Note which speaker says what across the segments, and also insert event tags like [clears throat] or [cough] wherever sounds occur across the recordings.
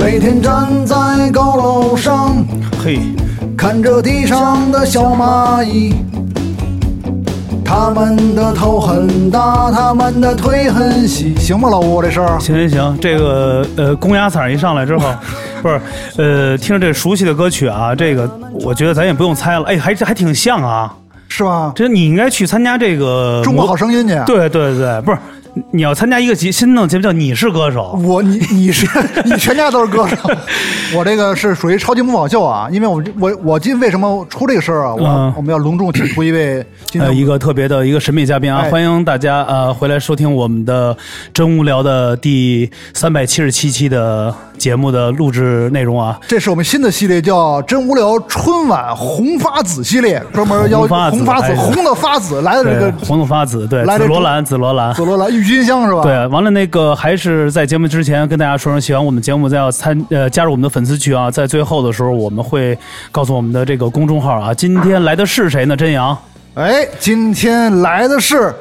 Speaker 1: 每天站在高楼上，
Speaker 2: 嘿，
Speaker 1: 看着地上的小蚂蚁，它们的头很大，它们的腿很细，行吗，老吴这事儿？
Speaker 2: 行行行，这个呃，公鸭嗓儿一上来
Speaker 1: [laughs]
Speaker 2: 之后，不是呃，听着这熟悉的歌曲啊，这个我觉得咱也不用猜了，哎，还还挺像啊。
Speaker 1: 是吧？
Speaker 2: 这你应该去参加这个
Speaker 1: 中国
Speaker 2: 模
Speaker 1: 好声音去。，
Speaker 2: 对对对，不是你要参加一个节新弄节目叫《你是歌手》，
Speaker 1: 我你你是 [laughs] 你全家都是
Speaker 2: [laughs]
Speaker 1: 歌手，我这个是属于超级模仿秀啊，因为我我我今为什么出这个事儿啊？我、
Speaker 2: 嗯
Speaker 1: 我们要隆重请出一位今天
Speaker 2: 呃，一个特别的一个神秘嘉宾啊，
Speaker 1: 嗯哎
Speaker 2: 欢迎大家呃回来收听我们的真无聊的第三百七十七期的节目的录制内容啊。
Speaker 1: 这是我们新的系列，叫“真无聊春晚红发紫”系列，专门邀
Speaker 2: 红发紫
Speaker 1: 红发紫、
Speaker 2: 哎
Speaker 1: 红的发紫来的这
Speaker 2: 对，
Speaker 1: 个
Speaker 2: 红土呃发紫，对，
Speaker 1: 来
Speaker 2: 紫
Speaker 1: 这
Speaker 2: 罗
Speaker 1: 中
Speaker 2: 兰，紫罗兰，
Speaker 1: 佐罗兰郁金香是吧？
Speaker 2: 对，啊完了那个还是在节目之前跟大家说声，喜欢我们节目再要参呃加入我们的粉丝群啊，在最后的时候我们会告诉我们的这个公众号啊，今天来的是谁呢？真阳，
Speaker 1: 哎，今天来的是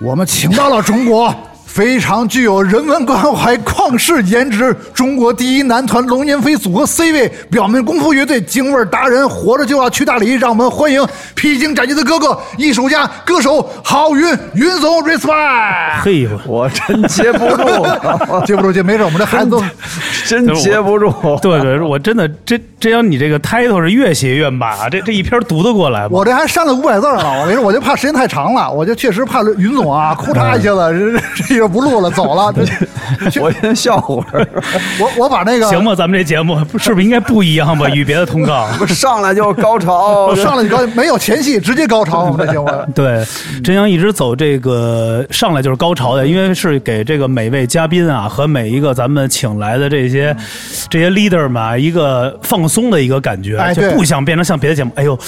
Speaker 1: 我们请到了中国非常具有人文关怀、旷世颜值、中国第一男团龙年飞组合 C 位表面功夫乐队京味儿达人，活着就要去大理，让我们欢迎披荆斩棘的哥哥、艺术家、歌手郝云云总 [laughs]
Speaker 2: [laughs]
Speaker 1: respect。
Speaker 2: 嘿呦，
Speaker 3: 我真接不
Speaker 2: [laughs]
Speaker 3: 住，
Speaker 1: 接不住，接没事，我们这孩子都
Speaker 3: 真接不住。
Speaker 2: 对对，我真的真真阳，你这个 title 是越写越满啊，这这一篇读得过来吗？
Speaker 1: 我这还删了五百字儿呢，我跟你说，我就怕时间太长了，我就确实怕云总
Speaker 2: 嗯
Speaker 1: 啊，哭嚓一下子，这这就不录了，走了。这
Speaker 3: 我先笑会
Speaker 2: [laughs]
Speaker 3: 儿，
Speaker 1: 我我把那个
Speaker 2: 行吧，咱们这节目是不是应该不一样吧？与别的通告。
Speaker 3: 不是上来就是高潮
Speaker 1: 我。上来就高，没有前戏，直接高潮，
Speaker 2: 嗯
Speaker 1: 我们这节目。
Speaker 2: [laughs] 对，真阳一直走这个上来就是高潮的，因为是给这个每位嘉宾啊和每一个咱们请来的这些、
Speaker 1: 嗯
Speaker 2: 这些 leader 们啊一个放松的一个感觉，
Speaker 1: 哎
Speaker 2: 就
Speaker 1: 对
Speaker 2: 不想变成像别的节目，哎呦，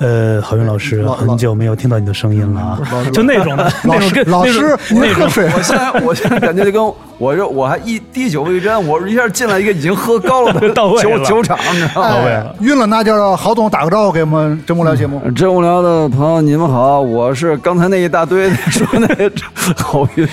Speaker 2: 呃，郝云老师
Speaker 1: 老
Speaker 2: 很久没有听到你的声音了啊，就那种的，那
Speaker 1: 老
Speaker 2: 种
Speaker 1: 师，
Speaker 2: 跟
Speaker 1: 老师，
Speaker 2: 那种
Speaker 1: 您
Speaker 2: 那
Speaker 1: 喝
Speaker 2: 种
Speaker 1: 水。
Speaker 3: 我现在我现在感觉就跟我这我还一滴酒未沾，我一下进来一个已经喝高了的
Speaker 2: [laughs] 到位
Speaker 3: 酒
Speaker 2: 了
Speaker 3: 酒厂，你知道
Speaker 2: 到
Speaker 3: 吗
Speaker 2: 位？
Speaker 1: 哎
Speaker 2: 了，嗯
Speaker 1: 晕了，那就让郝总打个招呼给我们真无聊节目。
Speaker 3: 真无聊的朋友，你们好，我是刚才那一大堆说那个郝
Speaker 2: [laughs]
Speaker 3: 云，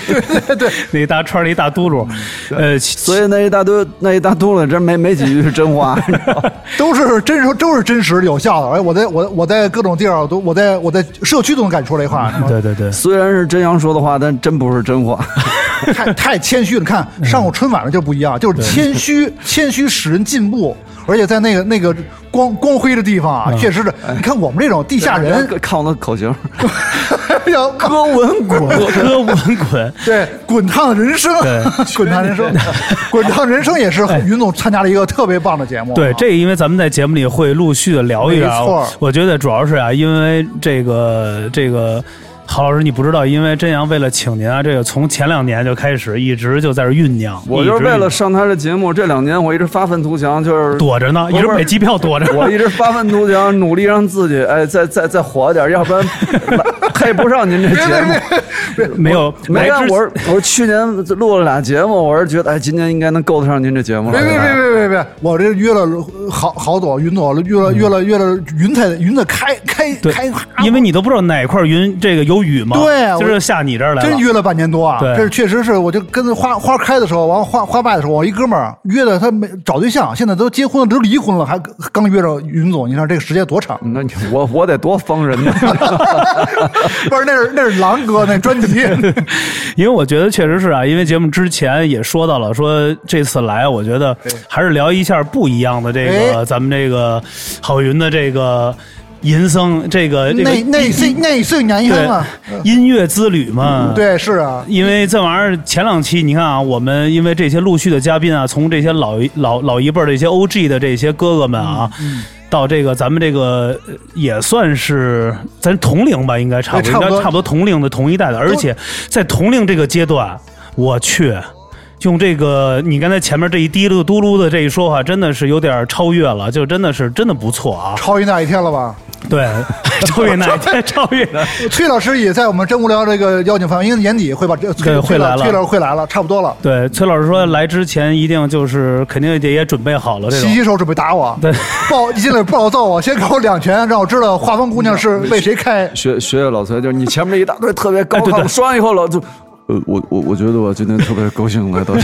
Speaker 2: 那一大串儿一大嘟噜，
Speaker 1: 嗯
Speaker 2: 呃，其
Speaker 3: 所以那一大堆那一大嘟噜，真没没几句是真话，你知道吗？ [laughs]
Speaker 1: 都是真实，都是真实有效的。哎，我在我我在各种地儿都，我在我在社区都能敢说这话，
Speaker 2: 对
Speaker 1: [laughs]
Speaker 2: 对对，
Speaker 3: 虽然是真阳说的话，但真不是真话。
Speaker 1: 太太谦虚了。看上过春晚的就不一样，就是谦虚，谦虚使人进步。而且在那个那个光光辉的地方啊，
Speaker 2: 嗯
Speaker 1: 确实是。
Speaker 2: 哎
Speaker 1: 你看我们这种地下人，
Speaker 3: 看我的口型，
Speaker 1: 要
Speaker 3: 歌文
Speaker 2: [laughs]
Speaker 3: 滚。
Speaker 2: 歌滚滚，
Speaker 1: 对，滚烫人生
Speaker 2: 对，
Speaker 1: [laughs] 滚烫人生，滚烫人生也是云总参加了一个特别棒的节目啊。
Speaker 2: 对，这个因为咱们在节目里会陆续的聊一聊。
Speaker 1: 没错
Speaker 2: 我觉得主要是啊，因为这个这个。郝老师，你不知道，因为真阳为了请您啊，这个从前两年就开始一直就在这酝酿，
Speaker 3: 我
Speaker 2: 一直
Speaker 3: 就是为了上他的节目，这两年我一直发愤图强，就是
Speaker 2: 躲着呢，一直
Speaker 3: 不是
Speaker 2: 买机票躲着。
Speaker 3: [laughs] 我一直发愤图强，努力让自己哎再再再火点，要不 [laughs] 然配不上您这节目。
Speaker 2: [laughs] 没有
Speaker 3: 没
Speaker 2: 来
Speaker 3: 看，
Speaker 2: 之
Speaker 3: 我是我是去年录了俩节目，我是觉得哎，今年应该能够得上您这节目了。
Speaker 1: 别别
Speaker 3: 对吧
Speaker 1: 别别别别！我这约了郝郝总、云总，约了约了约了云彩云的开开
Speaker 2: 对
Speaker 1: 开，，
Speaker 2: 因为你都不知道哪块云这个有雨嘛，
Speaker 1: 对啊
Speaker 2: 就是
Speaker 1: 我
Speaker 2: 下你这儿来了
Speaker 1: 真。约了半年多啊！
Speaker 2: 对
Speaker 1: 这是确实是，我就跟着花花开的时候，完花花败的时候，我一哥们儿约的他没找对象，现在都结婚了，都离婚了，还刚约着云总，你看这个时间多
Speaker 2: 嗯
Speaker 1: 长？
Speaker 3: 那你我我得多疯人 [laughs] 呢！
Speaker 1: 不是，那是那是狼哥那专辑，
Speaker 2: 因为我觉得确实是啊，因为节目之前也说到了，说这次来，我觉得还是聊一下不一样的这个
Speaker 1: 哎
Speaker 2: 咱们这个郝云的这个银僧这个这个
Speaker 1: 那那岁那岁年轻
Speaker 2: 对嗯
Speaker 1: 啊！
Speaker 2: 音乐之旅嘛，。
Speaker 1: 对，是啊，
Speaker 2: 因为这玩意儿前两期你看啊，我们因为这些陆续的嘉宾啊，从这些老一老老一辈儿的一些 OG 的这些哥哥们啊，
Speaker 1: 嗯
Speaker 2: 到这个咱们这个呃也算是咱同龄吧，应该差不多，
Speaker 1: 哎对差不多
Speaker 2: 应该差不多同龄的同一代的，而且在同龄这个阶段，我去。用这个，你刚才前面这一滴噜嘟噜的这一说话，真的是有点超越了，就真的是真的不错啊！
Speaker 1: 超越那一天了吧？ [laughs]
Speaker 2: 对，超越哪一天？超越
Speaker 1: 崔老师也在我们真无聊这个邀请范围，因为年底会把这崔
Speaker 2: 对
Speaker 1: 崔
Speaker 2: 会来了
Speaker 1: 崔老师会来了，差不多了。
Speaker 2: 对，崔老师说来之前一定就是肯定得也准备好了这
Speaker 1: 洗
Speaker 2: 种。
Speaker 1: 洗手准备打我，
Speaker 2: 对，
Speaker 1: 暴一进来暴揍我，先给我两拳，让我知道
Speaker 2: 嗯
Speaker 1: 画风姑娘是为谁开。
Speaker 3: 学学学老崔，就是你前面一大堆特别高
Speaker 2: 哎对
Speaker 3: 亢，
Speaker 2: 对
Speaker 3: 说完以后老就。呃，我我我觉得我今天特别高兴来到这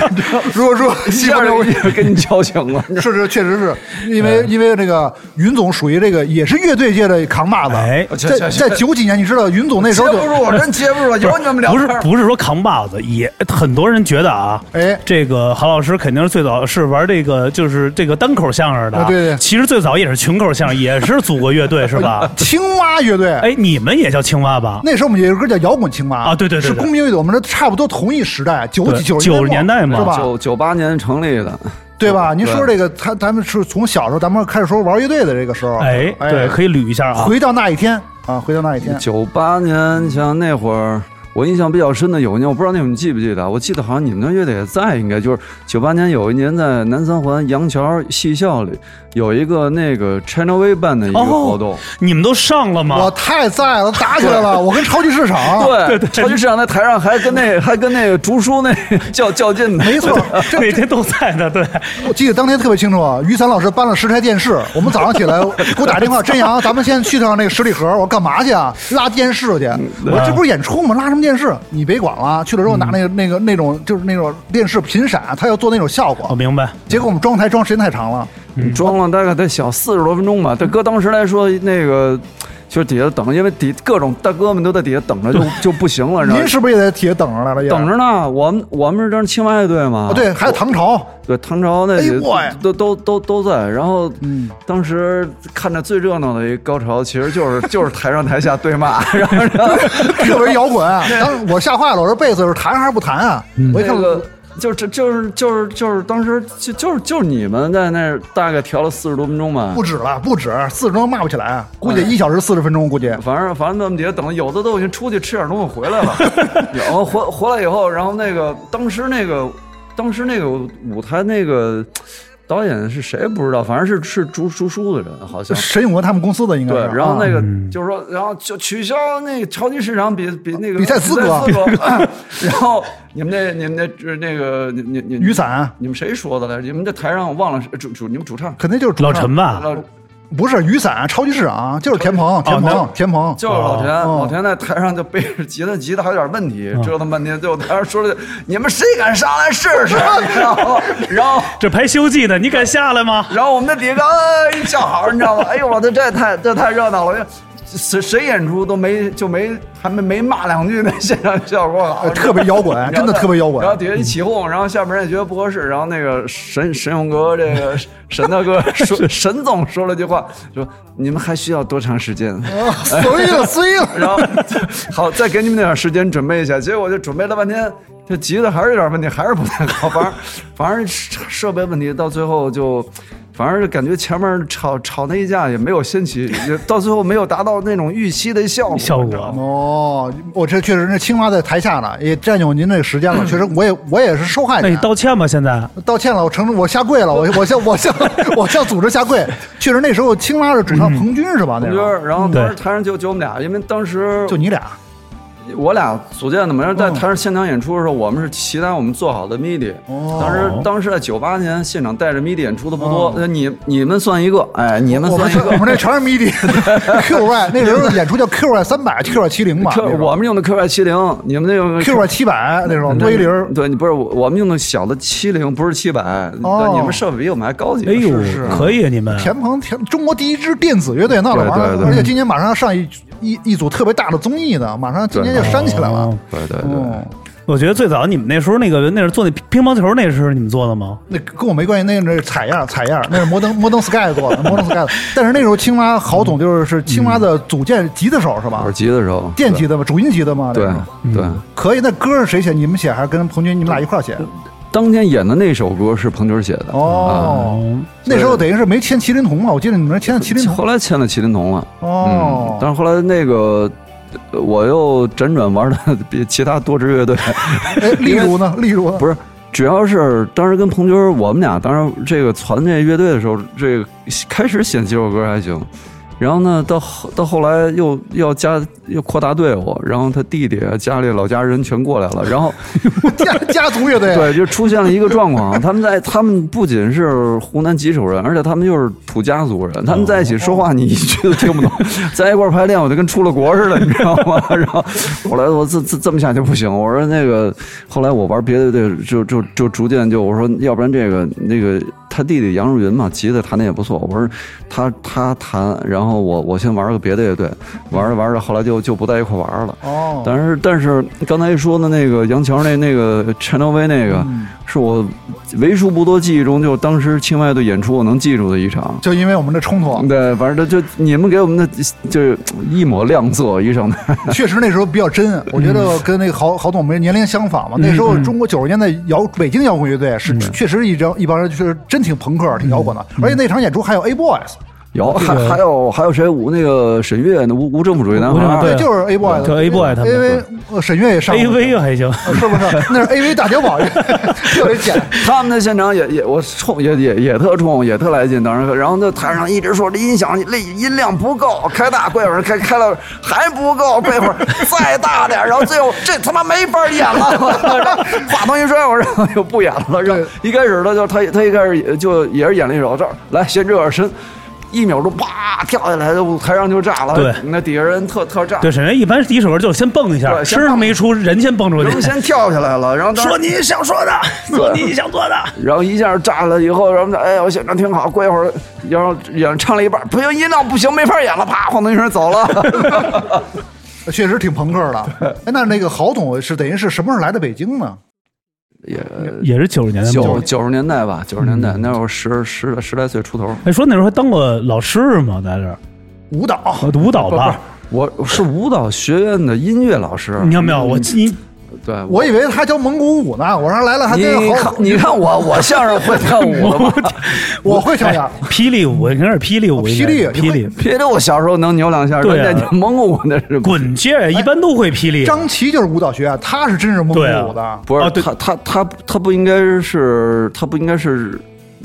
Speaker 3: 儿，
Speaker 1: 如果说
Speaker 3: 一
Speaker 1: 西
Speaker 3: [laughs] 下
Speaker 1: 方
Speaker 3: 就
Speaker 1: 流
Speaker 3: 跟你交情了。
Speaker 1: [laughs] 是是，确实是因
Speaker 2: 嗯
Speaker 1: 为因为那个云总属于这个也是乐队界的扛把子。
Speaker 2: 哎
Speaker 1: 在在九几年，你知道云总那时候就
Speaker 3: 住，真接不住，有你们
Speaker 2: 不是不是说扛把子，也很多人觉得啊，
Speaker 1: 哎
Speaker 2: 这个郝老师肯定是最早是玩这个就是这个单口相声的啊，
Speaker 1: 啊对对？
Speaker 2: 其实最早也是群口相声，也是组过乐队是吧
Speaker 1: 青蛙乐队。
Speaker 2: 哎，你们也叫青蛙吧？
Speaker 1: 那时候我们有一首歌叫《摇滚青蛙》
Speaker 2: 啊对对对
Speaker 1: 是
Speaker 2: 对
Speaker 1: 公民乐队，我们这差不多同一时代，九
Speaker 2: 对
Speaker 1: 几九
Speaker 2: 90年代嘛
Speaker 1: 是吧？
Speaker 3: 九九八年成立的，
Speaker 1: 对吧？您说这
Speaker 3: 对
Speaker 1: 个，他咱们是从小时候，咱们开始说玩乐队的这个时候，
Speaker 2: 哎，对，可以捋一下啊。
Speaker 1: 回到那一天啊，回到那一天，
Speaker 3: 九八年像那会儿。我印象比较深的有一年，我不知道你们记不记得，我记得好像你们那乐队也在，应该就是九八年有一年在南三环杨桥戏校里有一个那个 China Way 办的一个活动，
Speaker 2: 你们都上了
Speaker 1: 我
Speaker 2: 吗？
Speaker 1: 太在了，打起来了，我跟超级市场，
Speaker 3: 对超级市场在台上还跟那 [laughs] 还跟那个竹叔那 [laughs] 较较劲呢，
Speaker 1: 没
Speaker 3: [laughs]
Speaker 1: 错，这
Speaker 2: [laughs] 每天都在呢，对，
Speaker 1: 我记得当天特别清楚啊，于伞老师搬了十台电视，我们早上起来给我打
Speaker 3: [laughs]
Speaker 1: 电话，真阳，咱们先去趟那个十里河，我说干嘛去啊？拉电视去。我说这不是演出吗？拉什么电视？你别管了。啊去了之后拿那个
Speaker 3: 嗯
Speaker 1: 那个那种就是那种电视频闪，他要做那种效
Speaker 2: 我
Speaker 3: 哦
Speaker 1: 果。
Speaker 2: 哦明白。
Speaker 1: 结果我们装台装时间太长了，
Speaker 3: 嗯装了大概得小四十多分钟
Speaker 1: 嗯
Speaker 3: 吧。这哥当时来说，那个就是底下等，因为底各种大哥们都在底下等着，就就不行了，然后
Speaker 1: 您是不是也在底下等着来了？也
Speaker 3: 啊等着呢。我们我们是这青蛙乐队嘛，
Speaker 1: 啊，对，还有唐
Speaker 3: [laughs]
Speaker 1: 朝，
Speaker 3: 对唐朝那
Speaker 1: 哎
Speaker 3: 里
Speaker 1: 呦我呀
Speaker 3: 都都都都在。然后
Speaker 1: 嗯，
Speaker 3: 当时看着最热闹的一高潮，其实就是就是台上台下对骂， [laughs] 然后然后
Speaker 1: 特别摇滚。啊当我吓坏了，我说贝斯是弹还是不弹啊？我一看
Speaker 3: 那个。就这就是就是就是当时就就是就是你们在那儿大概调了四十多分钟吧，
Speaker 1: 不止了，不止，四十分钟骂不起来，啊估计一小时四十分钟，估计。
Speaker 3: 反正反正那么底下等，有的都已经出去吃点东西回来
Speaker 1: [laughs]
Speaker 3: 了，然后回回来以后，然后那个当时那个当时那个舞台那个导演是谁不知道，反正是是竹竹叔的人好像。
Speaker 1: 沈永国他们公司的应该
Speaker 3: 对
Speaker 1: 是。，
Speaker 3: 然后
Speaker 1: 啊
Speaker 3: 那个就是说，然后就取消那个超级市场比比那个
Speaker 1: 比赛资格
Speaker 3: 比赛资格 [laughs] 然后你们那你们那那个你你你
Speaker 1: 雨伞
Speaker 3: 你们谁说的来着？你们这台上我忘了是呃主主你们主唱
Speaker 1: 肯定就是主
Speaker 2: 老
Speaker 1: 唱
Speaker 2: 陈吧，
Speaker 3: 老
Speaker 1: 哦不是雨伞，超级市场就是田鹏，田鹏，田鹏，
Speaker 3: 就是老田，
Speaker 1: 哦嗯
Speaker 3: 老田在台上就背着吉他，吉他还有点问题，折腾半天，最后台上说了句：“你们谁敢上来试试？”然后，然后，
Speaker 2: 这拍《西游记》呢，你敢下来吗？
Speaker 3: [laughs] 然后我们的底刚哎叫好，你知道吗？哎呦我的，这太这太热闹了，谁谁演出都没就没还没没骂两句呢，现场效果好
Speaker 1: 呃，特别摇 [laughs] 滚，真的特别摇滚
Speaker 3: 然。后底下一起哄，然后下面人也觉得不合适，然后那个神神勇哥这个神大哥
Speaker 1: [laughs]
Speaker 3: 说，沈总说了句话，说：“你们还需要多长时间？”
Speaker 1: 啊 [laughs] 随了，随了。
Speaker 3: 然后好，再给你们点时间准备一下。结果就准备了半天，这吉他还是有点问题，还是不太好。反正反正设备问题，到最后就，反正就感觉前面吵吵那一架也没有掀起，也到最后没有达到那种预期的效果。
Speaker 2: 效
Speaker 3: 你知
Speaker 2: 果
Speaker 3: 道吗
Speaker 1: 哦，我这确实，那青蛙在台下呢，也占用您这个时间了。确实，我也我也是受害
Speaker 2: 那你
Speaker 1: 者，
Speaker 2: 道歉吧，现在。
Speaker 1: 道歉了，我承认我下跪了，我我向我向 [laughs] 我向组织下跪。确实，那时候青蛙是主唱嗯彭军是吧？那时
Speaker 3: 就
Speaker 1: 候
Speaker 3: 是然后当
Speaker 2: 对
Speaker 3: 时台上就就我们俩，因为当时
Speaker 1: 就你俩，
Speaker 3: 我俩组建的嘛，然后在台上现场演出的时候，我们是齐达我们做好的 MIDI，、
Speaker 1: 哦
Speaker 3: 当时当时在九八年现场带着 MIDI 演出的不多，呃你你们算一个，哎，你们
Speaker 1: 我
Speaker 3: 算
Speaker 1: 们
Speaker 3: 一
Speaker 1: 是
Speaker 3: 个
Speaker 1: 我，们这全是 MIDI，QY 那时候演出叫 QY 三百，QY 七零吧
Speaker 3: Q，我们用的 QY 七零，你们那个
Speaker 1: QY 七百那时候多一零。
Speaker 3: 对你不是我我们用的小的七零，不是七百、
Speaker 1: 哦
Speaker 3: 你们设备比我们还高级。
Speaker 2: 哎呦
Speaker 3: 是，
Speaker 2: 可以啊，你们。
Speaker 1: 田鹏，田中国第一支电子乐队，闹着玩
Speaker 3: 对对
Speaker 1: 儿。
Speaker 3: 对
Speaker 1: 而且今年马上要上一一一组特别大的综艺呢，马上今年就煽起来了
Speaker 2: 哦。
Speaker 3: 对对对，
Speaker 1: 嗯，
Speaker 2: 我觉得最早你们那时候那个那是做那乒乓球，那是你们做的吗？
Speaker 1: 那跟我没关系，那那是采样采样，那是摩登摩登 sky 做的，摩登
Speaker 3: [laughs]
Speaker 1: sky 的。但是那时候青蛙郝总就是是青蛙的组建吉他手是吧
Speaker 3: 耳？机的时候，
Speaker 1: 电吉他嘛，主音吉他嘛。
Speaker 3: 嗯对
Speaker 1: 那种
Speaker 3: 对。
Speaker 2: 嗯
Speaker 1: 可以。那歌是谁写？你们写还是跟彭军你们俩一块儿写？
Speaker 3: 当天演的那首歌是彭军写的，啊嗯
Speaker 1: 哦，
Speaker 2: 嗯
Speaker 1: 那时候等于是没签麒麟童嘛，我记得你们签的麒麟童。
Speaker 3: 后来签了麒麟童了。
Speaker 1: 哦
Speaker 3: 嗯，，但是后来那个呃我又辗转玩的 [laughs] 比其他多支乐队，
Speaker 1: 哎例如呢？例如呢？
Speaker 3: 不是，主要是当时跟彭军儿，我们俩当时这个攒这乐队的时候，这个开始写几首歌还行，然后呢，到后到后来又要加又扩大队伍，然后他弟弟啊家里老家人全过来了，然后
Speaker 1: 家家族乐队，
Speaker 3: 对，就出现了一个状况，他们在他们不仅是湖南吉首人，而且他们又是土家族人，他们在一起说话你一句都听 [laughs] 不懂，在一块儿排练我就跟出了国似的，你知道吗？然后后来我这这这么下去不行，我说那个后来我玩别的队就就就逐渐就我说要不然这个那个。他弟弟杨如云嘛，吉他弹的也不错。我说他他弹，然后我我先玩个别的乐队，玩着玩着，后来就就不在一块玩了。
Speaker 1: 哦，
Speaker 3: 但是但是刚才说的那个杨桥那那个 Channel V 那个，
Speaker 2: 嗯
Speaker 3: 是我为数不多记忆中就当时青外队演出我能记住的一场。
Speaker 1: 就因为我们的冲
Speaker 2: 哦嗯 [laughs]
Speaker 1: 突，啊
Speaker 3: 对，反正就就你们给我们的就是一抹亮色，一上台，
Speaker 1: 确实那时候比较真。
Speaker 2: 嗯
Speaker 1: 我觉得跟那个郝郝总没年龄相仿嘛。那时候中国九十年代摇北京摇滚乐队啊
Speaker 2: 嗯
Speaker 1: 是确实一张一帮人，就是真挺朋克、挺摇滚的。而且那场演出还有 A Boys，
Speaker 3: 有还还有还有谁吴那个沈月那无无政府主义男
Speaker 2: 无政
Speaker 3: 孩
Speaker 2: 府
Speaker 1: 对，
Speaker 2: 啊对
Speaker 3: 儿，
Speaker 1: 就是 A Boys，
Speaker 2: 就 A Boy 他们
Speaker 1: 因为呃沈月也上过
Speaker 2: A V 还行，
Speaker 1: 是不是？那是 A V 大碉堡， [laughs] 特别简单。
Speaker 3: [laughs] 他们在现场也也我冲也也也特冲，也特来劲，当时然后在台上一直说这音响那音量不够，开大过一会儿开开了还不够，过一会儿再大点儿，然后最后这他妈没法
Speaker 2: [laughs]
Speaker 3: 演了，然后 [laughs] 话筒一摔，我然后就不演了。然后一开始他就他他一开始也就也是演了一首这儿来先热热身。一秒钟啪跳下来，台上就炸了。
Speaker 2: 对
Speaker 3: 那底下人特特炸，
Speaker 2: 对，沈源一般第一首歌就是先蹦一下，
Speaker 3: 对先
Speaker 2: 声
Speaker 3: 蹦
Speaker 2: 还没出，人先蹦出去
Speaker 3: 人，先跳下来了。然后当时
Speaker 2: 说你想说的， [laughs] 说你想做的，
Speaker 3: 然后一下炸了以后，然后哎，我现场挺好，过一会儿，然后演唱了一半，不行，音量不行，没法演了，啪，晃动一声走了。
Speaker 1: 确实挺朋克的。哎，那那个郝总是等于是什么时候来的北京呢？
Speaker 3: [laughs] 也呃
Speaker 2: 也是九十年代末
Speaker 3: 九。九十年代吧，九十年代、那会儿十十十来岁出头，
Speaker 2: 哎，说那时候还当过老师吗？在这儿
Speaker 1: 舞蹈
Speaker 2: 呃舞蹈吧？
Speaker 3: 我是舞蹈学院的音乐老师。
Speaker 2: 你看没有？我你
Speaker 3: 对，
Speaker 1: 我以为他教蒙古舞呢，我说来了还
Speaker 3: 你
Speaker 1: 真
Speaker 3: 看
Speaker 1: 好，
Speaker 3: 你看我我相声会跳舞 [laughs] 的吗？
Speaker 1: 我会跳呀。
Speaker 2: 哎霹雳舞，应该是霹雳舞，
Speaker 1: 霹雳
Speaker 2: 应该是霹雳
Speaker 3: 别的我小时候能扭两下，
Speaker 2: 对啊哦
Speaker 3: 人家蒙古舞那
Speaker 2: [laughs]
Speaker 3: 是
Speaker 2: 滚界一般都会霹雳。啊
Speaker 1: 张琪就是舞蹈学院，他是真是蒙古舞的。
Speaker 3: 不是、
Speaker 2: 啊对
Speaker 3: 他他他他不应该是他不应该是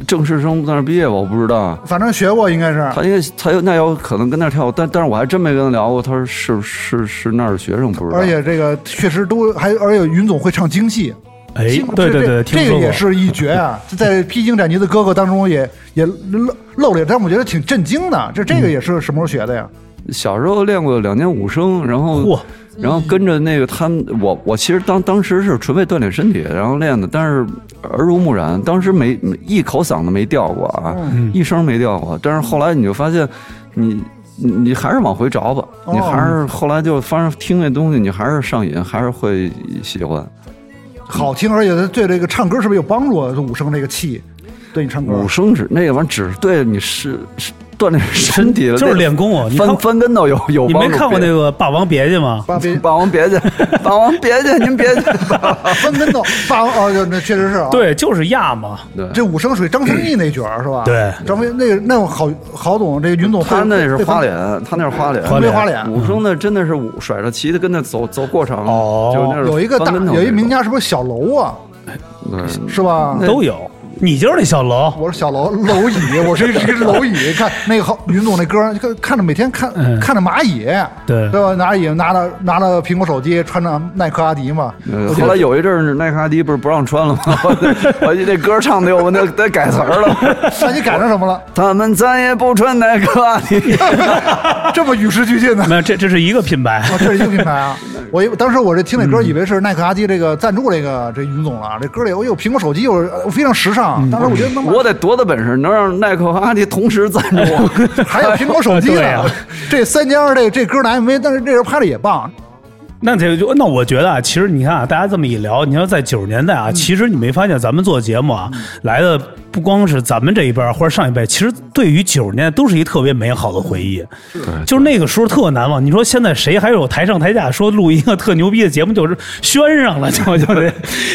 Speaker 3: 正式生在那儿毕业吧？我不知道啊。
Speaker 1: 反正学过应该是，
Speaker 3: 他因为他有那有可能跟那儿跳舞，但但是我还真没跟他聊过，他说是是是那儿的学生，不知道。
Speaker 1: 而且这个确实都还，而且云总会唱京戏，
Speaker 2: 哎
Speaker 1: 京，
Speaker 2: 对对
Speaker 1: 这
Speaker 2: 对，听
Speaker 1: 这
Speaker 2: 说
Speaker 1: 个
Speaker 2: 过
Speaker 1: 也。是一绝
Speaker 3: [laughs]
Speaker 1: 啊！在《披荆斩棘的哥哥》当中也也露露脸，但我觉得挺震惊的。这
Speaker 3: 嗯
Speaker 1: 这个也是什么时候学的呀？
Speaker 3: 小时候练过两年武生，然
Speaker 2: 嚯
Speaker 3: 后然后跟着那个他们，我我其实当当时是纯为锻炼身体，然后练的，但是耳濡目染，当时没没一口嗓子没掉过啊，
Speaker 1: 嗯
Speaker 3: 一声没掉过。但是后来你就发现，你你你还是往回找吧，
Speaker 1: 哦
Speaker 3: 你还是后来就发现听那东西，你还是上瘾，还是会喜欢。
Speaker 1: 好听，而且它对这个唱歌是不是有帮助啊？这武生这个气，对你唱歌
Speaker 3: 武生指那个玩意儿只对你是是锻炼身体的，
Speaker 2: 就是练功啊你看
Speaker 3: 翻翻跟头有有
Speaker 2: 你
Speaker 3: 帮
Speaker 2: 没
Speaker 3: 助
Speaker 2: 看过那
Speaker 3: 别
Speaker 2: 个《霸王别姬》吗？
Speaker 1: 霸
Speaker 3: [laughs]
Speaker 1: 别
Speaker 3: 霸王别去，霸王别去，您别去。
Speaker 1: 翻跟头，霸王哦，那确实是啊。，
Speaker 2: 对，就是亚嘛。
Speaker 3: 对，
Speaker 1: 这武生属于张丰毅那角儿是吧？
Speaker 2: 对
Speaker 1: 张丰毅那个那种好好总，这个云总
Speaker 3: 他那是花脸，他那是花脸。
Speaker 1: 红
Speaker 2: 脸
Speaker 1: 梅花脸。
Speaker 3: 武生那真的是武甩着旗子跟那走走过场，
Speaker 2: 哦
Speaker 3: 就是那是
Speaker 1: 有一个大
Speaker 3: 翻跟头
Speaker 1: 有一
Speaker 3: 那
Speaker 1: 名
Speaker 3: 种，
Speaker 1: 家是不是小楼啊？
Speaker 3: 对
Speaker 1: 是吧？
Speaker 2: 都有。你就是那小楼，
Speaker 1: 我是小楼蝼蚁，
Speaker 2: [laughs]
Speaker 1: 我是一只蝼蚁。看那个好云总那歌，看看着每天看、
Speaker 2: 嗯
Speaker 1: 看着蚂蚁，
Speaker 2: 对
Speaker 1: 对吧？蚂蚁拿着拿着苹果手机，穿着耐克阿迪嘛。
Speaker 3: 呃后来有一阵儿耐克阿迪不是不让穿了吗？ [laughs] 我这歌唱的我那得改词儿了。 [laughs]
Speaker 1: 那你赶上什么了？
Speaker 3: 他们再也不穿耐克阿迪。 [laughs]
Speaker 1: 这么与时俱进呢？
Speaker 2: 没有，这这是一个品牌。
Speaker 1: 哦，这是一个品牌啊！我以为当时我这听这
Speaker 2: 嗯
Speaker 1: 歌，以为是耐克阿迪这个赞助这个这云总了。这歌里我有苹果手机，我我非常时
Speaker 2: 嗯
Speaker 1: 尚。当时我觉得能买
Speaker 3: 我得多大本事能让耐克和阿迪同时赞助我？
Speaker 1: 还有苹果手机
Speaker 2: [laughs] 对啊
Speaker 1: 呢。这三家这这歌的 MV，但是这人拍的也棒。
Speaker 2: 那这就那我觉得啊，其实你看啊，大家这么一聊，你要在九十年代
Speaker 3: 嗯
Speaker 2: 啊，其实你没发现咱们做节目啊，来的不光是咱们这一辈儿或者上一辈，其实对于九十年代都是一特别美好的回忆。
Speaker 3: 嗯
Speaker 2: 就是那个时候特难忘。你说现在谁还有台上台下说录一个特牛逼的节目，就是宣上了，就就得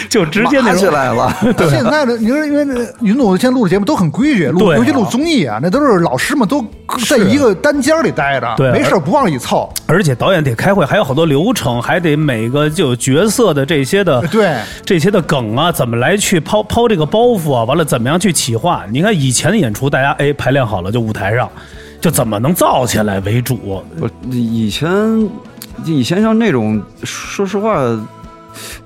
Speaker 2: 就 [laughs] 直接那
Speaker 3: 麻起
Speaker 2: 种。
Speaker 3: 来了。
Speaker 1: 现在的你说，因为这云总现在录的节目都很规矩，录
Speaker 2: 对啊
Speaker 1: 尤其录综艺啊，那都是老师们都在一个单间里待着，
Speaker 2: 对
Speaker 1: 没事儿不往里
Speaker 2: [laughs]
Speaker 1: 凑。
Speaker 2: 而且导演得开会，还有好多流程，还得每个就有角色的这些的
Speaker 1: 对
Speaker 2: 这些的梗啊，怎么来去抛抛这个包袱啊？完了，怎么样去企划？你看以前的演出，大家哎排练好了就舞台上，就怎么能造起来为主？
Speaker 3: 我以前以前像那种，说实话，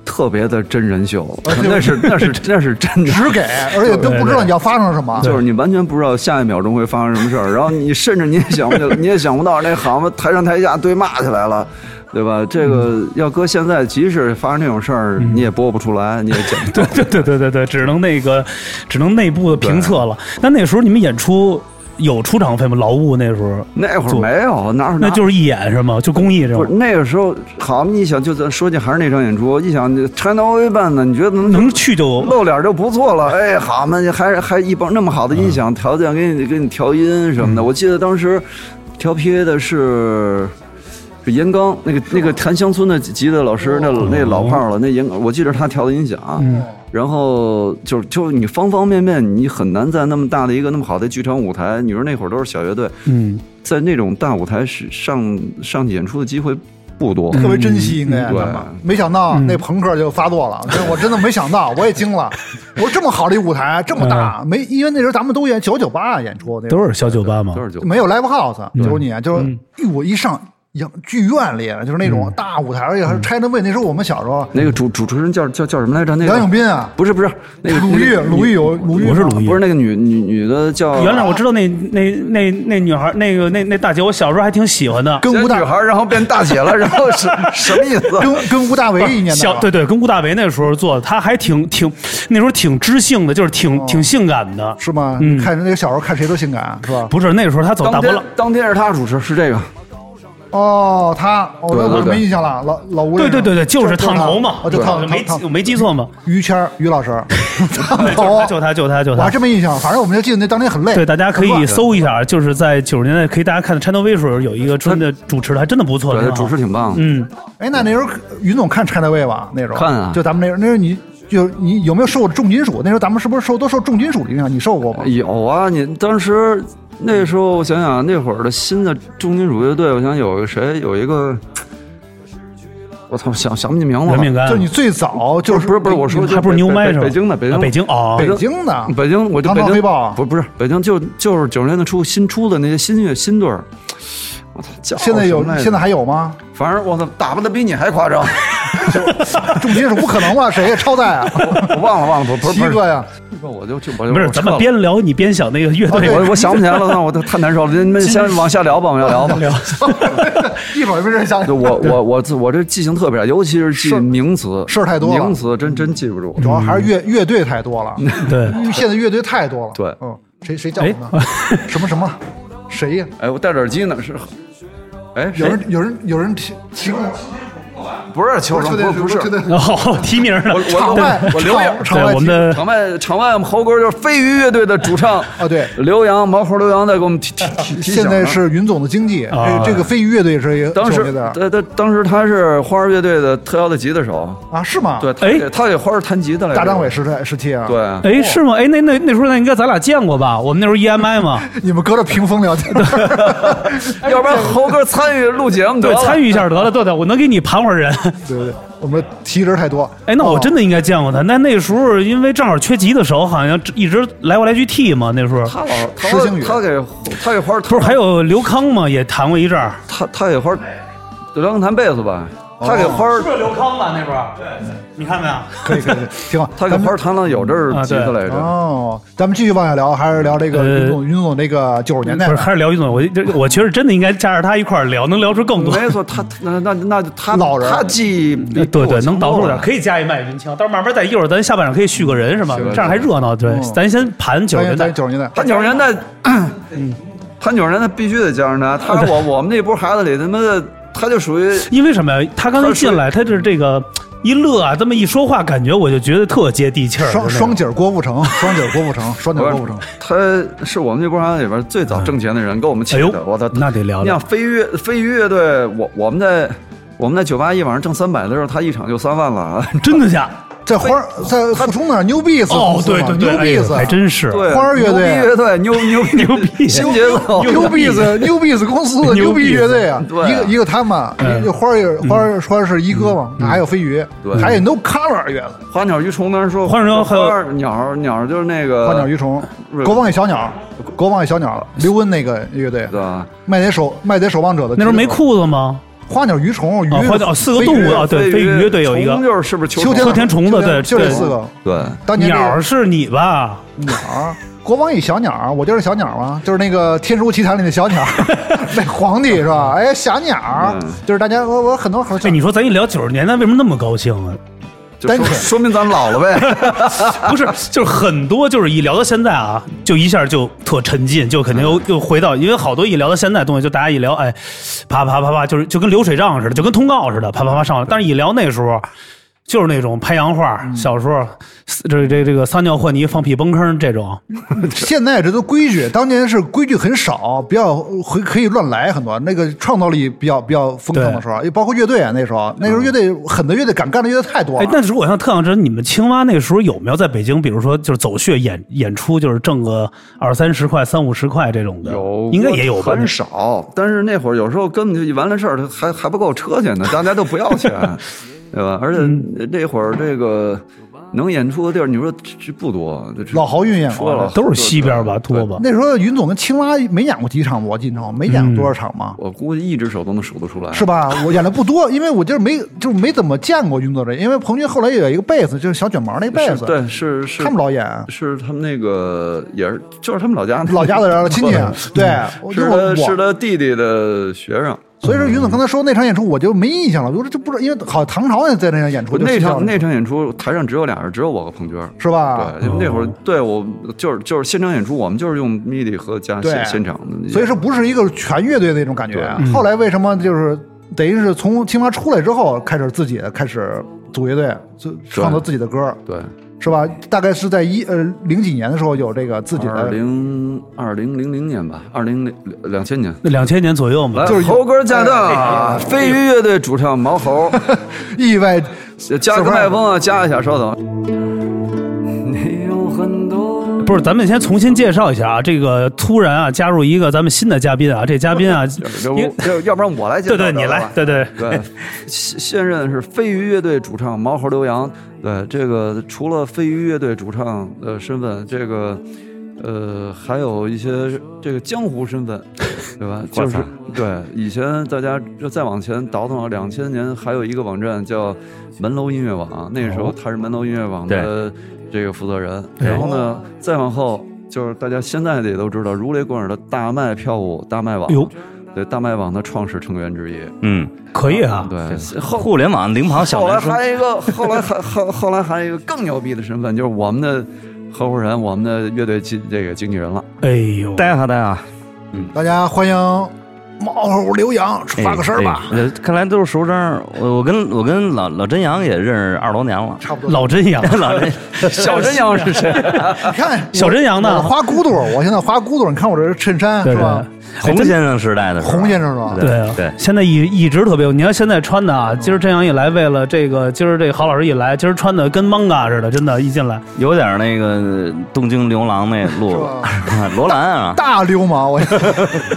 Speaker 3: 特别的真人秀，
Speaker 2: 啊
Speaker 3: 那是
Speaker 2: [laughs]
Speaker 3: 那是那是真人
Speaker 1: 只给，而且都不知道你要发生什么。
Speaker 3: 就是你完全不知道下一秒钟会发生什么事儿，然后你甚至你也想
Speaker 2: [laughs]
Speaker 3: 不起，你也想不到那行吧，台上台下对骂起来了，对吧？这个
Speaker 2: 嗯
Speaker 3: 要搁现在，即使发生这种事儿，你也播不出来，你也剪
Speaker 2: [laughs]
Speaker 3: 不
Speaker 2: 对对对对对对，只能那个，只能内部的评测了。那那时候你们演出有出场费吗？劳务那时候，
Speaker 3: 那会儿没有，哪有
Speaker 2: 那就是一演是吗？就公益这
Speaker 3: 不是
Speaker 2: 种，
Speaker 3: 那个时候，好，你想就咱说起还是那场演出，一想 China OA 办的，你觉得能
Speaker 2: 能去就
Speaker 3: 露脸就不错了。哎，好嘛，还还一帮那么好的音响条件，给你给你调音什么的。我记得当时调 PA 的是是严刚，那个那个檀香村的吉他老师，那那老炮了，那严，我记得他调的音响。啊然后就是就是你方方面面，你很难在那么大的一个那么好的剧场舞台，你说那会儿都是小乐队，
Speaker 2: 嗯，
Speaker 3: 在那种大舞台是上上演出的机会不多。
Speaker 1: 特别珍惜，应该
Speaker 3: 嗯对
Speaker 1: 他妈没想到那朋克就发作
Speaker 2: [laughs]
Speaker 1: 了，这我真的没想到，我也惊了。我说这么好的一舞台，这么大，没因为那时候咱们都演小酒吧啊演出，那时候
Speaker 2: 嗯都是嗯小酒吧嘛
Speaker 3: 都。是九
Speaker 1: 没有 live house，九几年就是我一上影剧院里，就是那
Speaker 2: 嗯
Speaker 1: 种大舞台，而且还是 China Way，那时候我们小时候，
Speaker 3: 那个主主持人叫叫叫什么来着？那个
Speaker 1: 梁永斌啊，
Speaker 3: 不是不是那个
Speaker 1: 鲁豫，鲁豫有鲁豫，
Speaker 2: 我是鲁豫
Speaker 3: 不是那个女女女的叫
Speaker 2: 原来我知道那那那那女孩，那个那那大姐，我小时候还挺喜欢的。
Speaker 1: 跟
Speaker 3: 先
Speaker 1: 吴
Speaker 3: 女
Speaker 1: 大
Speaker 3: 孩儿，然后变大姐了，然后是什么意
Speaker 1: [laughs]
Speaker 3: 思？
Speaker 1: 跟跟吴大维一年的
Speaker 2: 啊小
Speaker 1: 吧，
Speaker 2: 对对，跟顾大为那时候做的，她还挺挺那时候挺知性的，就是挺挺性感的。
Speaker 1: 是吗？
Speaker 2: 嗯
Speaker 1: 看那个小时候看谁都性感是吧？
Speaker 2: 不是那时候她走大
Speaker 3: 当
Speaker 2: 波
Speaker 3: 天
Speaker 2: 浪，
Speaker 3: 当天是她主持，是这个。
Speaker 1: 哦，他哦，
Speaker 3: 对
Speaker 1: 那我
Speaker 3: 对对
Speaker 1: 没印象了，老老吴那
Speaker 2: 对
Speaker 1: 个
Speaker 2: 对对对，就是烫
Speaker 1: 他
Speaker 2: 头嘛，
Speaker 1: 哦就烫
Speaker 2: 我没
Speaker 1: 烫
Speaker 2: 我
Speaker 1: 烫
Speaker 2: 没记错嘛，
Speaker 1: 于谦儿于老师烫
Speaker 2: [laughs] 对
Speaker 1: 头，
Speaker 2: 就她就她
Speaker 1: 哦
Speaker 2: 就她就
Speaker 1: 我还
Speaker 2: 她。
Speaker 1: 真没印象，反正我们就记得那当天很累。
Speaker 2: 对，大家可
Speaker 1: 很
Speaker 2: 以
Speaker 1: 乱
Speaker 2: 搜一下，就是在九十年代，可以大家看《山东卫视》有一个真的主持的，还真的不错，
Speaker 3: 对，
Speaker 2: 挺
Speaker 3: 她
Speaker 2: 好
Speaker 3: 主持挺棒的。
Speaker 2: 嗯，
Speaker 1: 哎，那那时候云总看 China Way 吧？那时候
Speaker 3: 看啊
Speaker 1: 就咱们那时候，那时候你就你有没有受过重金属？那时候咱们是不是受都受重金属的影响？你受过吗？
Speaker 3: 有啊，你当时那时候，我想想那会儿的新的重金属乐队，我想有个谁，有一个，我操，想想不起名字
Speaker 2: 人命
Speaker 3: 了。
Speaker 2: 干
Speaker 1: 就你最早就是
Speaker 3: 不是不是，我说就
Speaker 2: 还不是
Speaker 3: 北
Speaker 2: 牛麦
Speaker 3: 北
Speaker 2: 是吧？
Speaker 3: 北京的，北
Speaker 2: 啊
Speaker 3: 京
Speaker 2: 北京哦，
Speaker 1: 北京的
Speaker 3: 啊北京，我就
Speaker 1: 唐
Speaker 3: 北
Speaker 1: 朝
Speaker 3: 京
Speaker 1: 黑豹啊
Speaker 3: 不不是北京就就是九十年代初新出的那些新乐新队儿，我操，叫
Speaker 1: 现在有
Speaker 3: 什么来着
Speaker 1: 现在还有吗？
Speaker 3: 反正我操，打扮的比你还
Speaker 1: [laughs]
Speaker 3: 夸张，
Speaker 1: 重金属不可能吧？谁呀？超载
Speaker 3: [laughs]
Speaker 1: 啊，
Speaker 3: 我忘了忘了，不不是
Speaker 1: 七
Speaker 3: 不是
Speaker 1: 哥，
Speaker 3: [laughs]
Speaker 1: 呀，
Speaker 3: 这个我就这我就
Speaker 2: 不是
Speaker 3: 我撤
Speaker 2: 咱们
Speaker 3: 了哦
Speaker 2: 边聊你边想那个乐队，
Speaker 3: 我我想不起来了，那我都太难受了，你们先往下聊吧，往
Speaker 2: [laughs]
Speaker 3: 下聊吧。
Speaker 1: 一会儿没人想
Speaker 3: 就我我我自我这记性特别差，尤其是记
Speaker 1: 事儿
Speaker 3: 名词，
Speaker 1: 事儿太多了
Speaker 3: 名词真真记不住。
Speaker 1: 主要还是乐乐队太多
Speaker 3: [laughs]
Speaker 1: 了，
Speaker 2: 对，
Speaker 1: 因为现在乐队太多了。
Speaker 3: 对哎
Speaker 1: 嗯，谁谁叫什么？什么什么？谁呀？
Speaker 3: 哎，我戴着耳机呢，是，哎，
Speaker 1: 有
Speaker 3: 谁
Speaker 1: 人有人有人提提供
Speaker 3: 不是球场，不不是，
Speaker 1: 对对
Speaker 2: [laughs]
Speaker 1: 对
Speaker 2: 然后哦提名了
Speaker 3: 我，
Speaker 1: 场
Speaker 3: 我
Speaker 1: 外
Speaker 3: 我我刘洋
Speaker 1: 场，场
Speaker 2: [laughs] 对
Speaker 1: 外
Speaker 2: 我
Speaker 1: 提
Speaker 2: 们的
Speaker 3: 场外场外我们猴哥就是飞鱼乐队的主唱
Speaker 1: 啊对啊
Speaker 3: 刘洋毛猴刘洋在给我们提提提提醒
Speaker 1: 现
Speaker 3: 呢。
Speaker 1: 在是云总的经济，
Speaker 2: 啊
Speaker 1: 这这个飞鱼乐队是一个
Speaker 3: 当
Speaker 1: 手
Speaker 3: 时
Speaker 1: 里的
Speaker 3: 他他当时他是花儿乐队的特邀的吉他手，
Speaker 1: 啊，是吗？
Speaker 3: 对，他
Speaker 2: 哎
Speaker 3: 给他给花儿弹吉他来着。
Speaker 1: 大张伟时代时期啊，，
Speaker 3: 对，
Speaker 2: 哎，是吗？哎，那那那时候那应该咱俩见过吧？我们那时候 EMI 嘛，
Speaker 1: 你们隔着屏风聊天， [laughs]
Speaker 3: 要不然猴哥参与录节目得
Speaker 2: 哎对，
Speaker 3: 了。
Speaker 2: 参与一下得了，对对，我能给你盘会儿人。
Speaker 1: 对对对，我们提人太多。哦
Speaker 2: 哎，那我真
Speaker 1: 的
Speaker 2: 的应该见过他。那那时候因为正好缺吉的手，好像一直来回来去替嘛。那时候
Speaker 3: 他老
Speaker 1: 石星宇
Speaker 3: 他他给他给花儿
Speaker 2: 不是还有刘康嘛，也弹过一阵儿。
Speaker 3: 他他给花儿，刘洋弹贝斯吧，
Speaker 1: 哦
Speaker 3: 他给花儿
Speaker 2: 是刘康吧？那时候，对，你看没有？
Speaker 1: 可以可以，可以挺好。
Speaker 3: 他给花儿弹了有阵
Speaker 2: 啊
Speaker 3: 儿吉他来着。
Speaker 1: 哦，咱们继续往下聊，还是聊这个
Speaker 2: 呃
Speaker 1: 云总云总这个九十年代
Speaker 2: 不是，
Speaker 1: 的
Speaker 2: 还是聊一总，我这我觉得真的应该加着他一块儿聊，能聊出更多。呃
Speaker 3: 没错，他那那那他
Speaker 1: 老人
Speaker 3: 他记忆比
Speaker 2: 对对，能倒
Speaker 3: 倒
Speaker 2: 出点，可以加一麦云枪，到时候慢慢再一会儿咱下半场可以续个人是吗？这样还热闹。对，咱先盘九十年代
Speaker 1: 哎咱。九十年代，
Speaker 3: 他九十年代， [clears throat] 他九十年代必须得加上他，他
Speaker 2: [laughs]
Speaker 3: 我我们那波孩子里他妈的他就属于
Speaker 2: 因为什么呀？他刚一进来，他就是这个一乐啊，这么一说话，感觉我就觉得特接地气儿。
Speaker 1: 双
Speaker 2: 真的
Speaker 1: 双井郭富城， [laughs] 双井郭富城，双井郭富城。
Speaker 3: 他是我们这波孩子里边最早挣钱的人，跟我们起
Speaker 2: 哎呦
Speaker 3: 的。我操，
Speaker 2: 那得聊聊
Speaker 3: 你想飞跃飞跃队，我我们在我们在九八一晚上挣三百的时候，他一场就三万了。
Speaker 2: [laughs]
Speaker 3: [laughs]
Speaker 2: 真的假？
Speaker 1: 在花儿在附中那儿 New Beats
Speaker 2: 哦，对对对，
Speaker 1: ，New
Speaker 2: 哎呦
Speaker 1: Beats
Speaker 2: 还真是，
Speaker 3: 对，
Speaker 1: 花儿乐队
Speaker 3: 牛逼乐队，牛牛逼
Speaker 2: [laughs] 牛逼
Speaker 3: 新节奏，
Speaker 1: New Beats
Speaker 2: [laughs]
Speaker 1: New Beats 公司的
Speaker 2: New
Speaker 1: New Beats
Speaker 2: Beats
Speaker 1: 乐队啊，
Speaker 3: 对啊
Speaker 1: 一个一个他们啊，
Speaker 2: 嗯
Speaker 1: 一个花儿乐花儿花儿是一哥嘛，还有飞鱼，
Speaker 3: 对
Speaker 1: 还有 No Color 乐队，
Speaker 3: 花鸟鱼虫当时说，
Speaker 2: 花鸟还有
Speaker 3: 花儿鸟儿鸟儿就是那个
Speaker 2: 呃
Speaker 1: 花鸟鱼虫
Speaker 3: 是，
Speaker 1: 国王与小鸟，国王与小鸟，刘温那个乐队，
Speaker 3: 对吧？
Speaker 1: 卖点守卖点守望者的，
Speaker 2: 那时候没，裤子吗？
Speaker 1: 花鸟鱼虫鱼
Speaker 2: 啊，花鸟四个动物啊，对，飞鱼对有一
Speaker 3: 虫
Speaker 2: 个，
Speaker 3: 就是是不是球
Speaker 1: 秋
Speaker 3: 虫
Speaker 1: 天
Speaker 2: 秋天虫子
Speaker 1: 秋天
Speaker 2: 对
Speaker 1: 就这
Speaker 2: 对
Speaker 1: 四个，
Speaker 3: 对，
Speaker 1: 当年这个
Speaker 2: 鸟儿是你
Speaker 3: [laughs]
Speaker 2: 吧？
Speaker 1: 鸟儿，国王与小鸟儿，我就是小鸟儿嘛，就是那个《天书奇谭》里的小鸟儿， [laughs] 那皇帝是吧？哎，小鸟儿，
Speaker 3: 嗯
Speaker 1: 就是大家我我很多很多
Speaker 2: 哎，
Speaker 1: 小
Speaker 2: 你说咱一聊九十年代，为什么那么高兴啊？
Speaker 3: 就说
Speaker 1: 单纯
Speaker 3: 说明咱老了呗。
Speaker 2: [laughs] 不是，就是很多，就是一聊到现在啊，就一下就特沉浸，就肯定
Speaker 3: 嗯
Speaker 2: 又又回到，因为好多一聊到现在的东西，就大家一聊，哎，啪啪啪啪，就是就跟流水账似的，就跟通告似的，啪啪啪上来。但是一聊那时候，就是那种拍洋画、
Speaker 3: 嗯
Speaker 2: 小说，这这这个撒尿和泥、放屁崩坑这
Speaker 3: 哦
Speaker 2: 种，
Speaker 1: 现在这都规矩，当年是规矩很少，比较会可以乱来很多，那个创造力比较比较丰盛的时候，也包括乐队啊，那时候那时候乐队狠的乐队敢干的乐队太多
Speaker 2: 嗯哎
Speaker 1: 了，。
Speaker 2: 但是我想特想知道，你们青蛙那时候有没有在北京，比如说就是走穴演演出，就是挣个二三十块、三五十块这种的，
Speaker 3: 有
Speaker 2: 应该也有吧？
Speaker 3: 很少。但是那会儿有时候根本就完了事儿，还还不够车钱呢，大家都不要
Speaker 1: [laughs]
Speaker 3: 钱，对吧？而且
Speaker 1: 嗯
Speaker 3: 那会儿这个能演出的地儿，你说这不多，这
Speaker 1: 老豪运演
Speaker 3: 说
Speaker 1: 过
Speaker 3: 了
Speaker 2: 都是西边吧，多吧？
Speaker 1: 那时候云总跟青蛙没演过几场吧，我印象没演过多少场嘛。
Speaker 3: 我估计一只手都能数得出来。
Speaker 1: 是吧？我演的不多，因为我就是没就是没怎么见过云作者，因为彭军后来有一个贝斯，就是小卷毛那贝
Speaker 3: 是
Speaker 1: 斯，
Speaker 3: 对，是是，
Speaker 1: 他们老演，
Speaker 3: 是他们那个也是，就是他们老家
Speaker 1: 老家的
Speaker 3: [laughs]
Speaker 1: 人亲戚，对，我就是我
Speaker 3: 他是
Speaker 1: 我，
Speaker 3: 他弟弟的学生。
Speaker 1: 所以说云总刚才说那场演出我就没印象了，我说这不知道，因为好像唐朝也在那场演出，就
Speaker 3: 那
Speaker 1: 睡觉
Speaker 3: 场
Speaker 1: 了
Speaker 3: 那场演出台上只有俩人，只有我和彭娟儿。
Speaker 1: 是吧？
Speaker 3: 对，因为那
Speaker 2: 哦
Speaker 3: 会儿对我就是就是现场演出，我们就是用 MIDI 和加
Speaker 1: 对
Speaker 3: 现现场的，
Speaker 1: 所以说不是一个全乐队那种感觉。啊后来为什么就是等于是从青蛙出来之后开始自己开始组乐队，就创作自己的歌，
Speaker 3: 对。
Speaker 1: 是吧？大概是在一呃零几年的时候有这个自己
Speaker 3: 二
Speaker 1: 的
Speaker 3: 零二零零零年吧，二零零两千年。
Speaker 2: 那两千年左右嘛，
Speaker 3: 来，
Speaker 1: 就是有
Speaker 3: 猴哥驾到，飞鱼乐队主唱毛猴，
Speaker 1: 意外。
Speaker 3: 加个麦克风啊，加一下，稍等。 [laughs] 你有很多
Speaker 2: 不是，咱们先重新介绍一下啊，这个突然啊加入一个咱们新的嘉宾啊，这嘉宾啊，
Speaker 3: 要
Speaker 2: 因
Speaker 3: 要要不然我来介
Speaker 2: 对
Speaker 3: 绍
Speaker 2: 对，
Speaker 3: 得
Speaker 2: 你
Speaker 3: 了
Speaker 2: 来
Speaker 3: 吧，哦
Speaker 2: 对对，
Speaker 3: [laughs] 对，现现任是飞鱼乐队主唱毛猴刘洋。对，这个除了飞鱼乐队主唱的身份，这个呃还有一些这个江湖身 [laughs] 份，对吧？就是
Speaker 4: 我操
Speaker 3: 对，以前大家就再往前倒腾，两千年还有一个网站叫门楼音乐网，那时候他是门楼音乐网的这个负责人。然后呢，再往后就是大家现在的也都知道，如雷贯耳的大麦票务大麦网
Speaker 2: 哎呦。
Speaker 3: 对大麦网的创始成员之一，
Speaker 4: 嗯，
Speaker 2: 可以啊，
Speaker 3: 对，后
Speaker 4: 互联网领跑小
Speaker 3: 后
Speaker 1: 啊
Speaker 3: 来
Speaker 4: 男生，
Speaker 3: 还有一个，后来还后后来还有一个更牛逼的身份，就是我们的合伙人，我们的乐队经这个经纪人了。
Speaker 2: 哎呦，
Speaker 4: 呆哈呆啊，
Speaker 1: 大家欢迎猫猴刘洋发个声儿吧，。
Speaker 4: 哎。哎呃看来都是熟生，我我跟我跟老老真阳也认识二十多年了 [laughs]
Speaker 1: 差不多。
Speaker 2: 老真阳，
Speaker 1: [laughs]
Speaker 4: 老真
Speaker 3: 小真阳是谁？
Speaker 1: 你看
Speaker 2: 小真阳
Speaker 1: 我
Speaker 2: 呢？
Speaker 1: 花骨朵儿，我现在花骨朵儿，你看我这衬衫
Speaker 2: 对
Speaker 1: 是
Speaker 2: 对
Speaker 1: 吧？，
Speaker 4: [laughs] 洪先生时代的时候，
Speaker 1: 洪先生是吧？
Speaker 2: 对啊，
Speaker 4: 对
Speaker 2: 现在一一直特别有。你看现在穿的啊，今儿真阳一来，为了这个，今儿这郝老师一来，今儿穿的跟 manga 似的，真的，一进来，
Speaker 4: 有点那个东京牛郎那路
Speaker 1: 是
Speaker 4: 子
Speaker 1: 吧，
Speaker 4: [laughs] 罗兰啊，
Speaker 1: 大流氓，我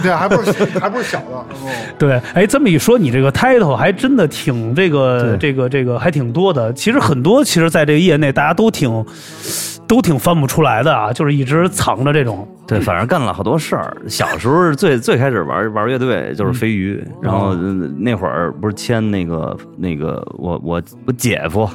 Speaker 1: 对，还不是还不是小的，嗯
Speaker 2: 对，哎，这么一说，你这个 title 还真的挺这个
Speaker 3: 对
Speaker 2: 这个这个还挺多的。其实很多，其实在这个业内大家都挺都挺翻不出来的啊，就是一直藏着这种。
Speaker 4: 对，反正干了好多事儿。小时候最最开始玩玩乐队
Speaker 1: 嗯
Speaker 4: 就是飞鱼，然后呃那会儿不是签那个那个我我我姐夫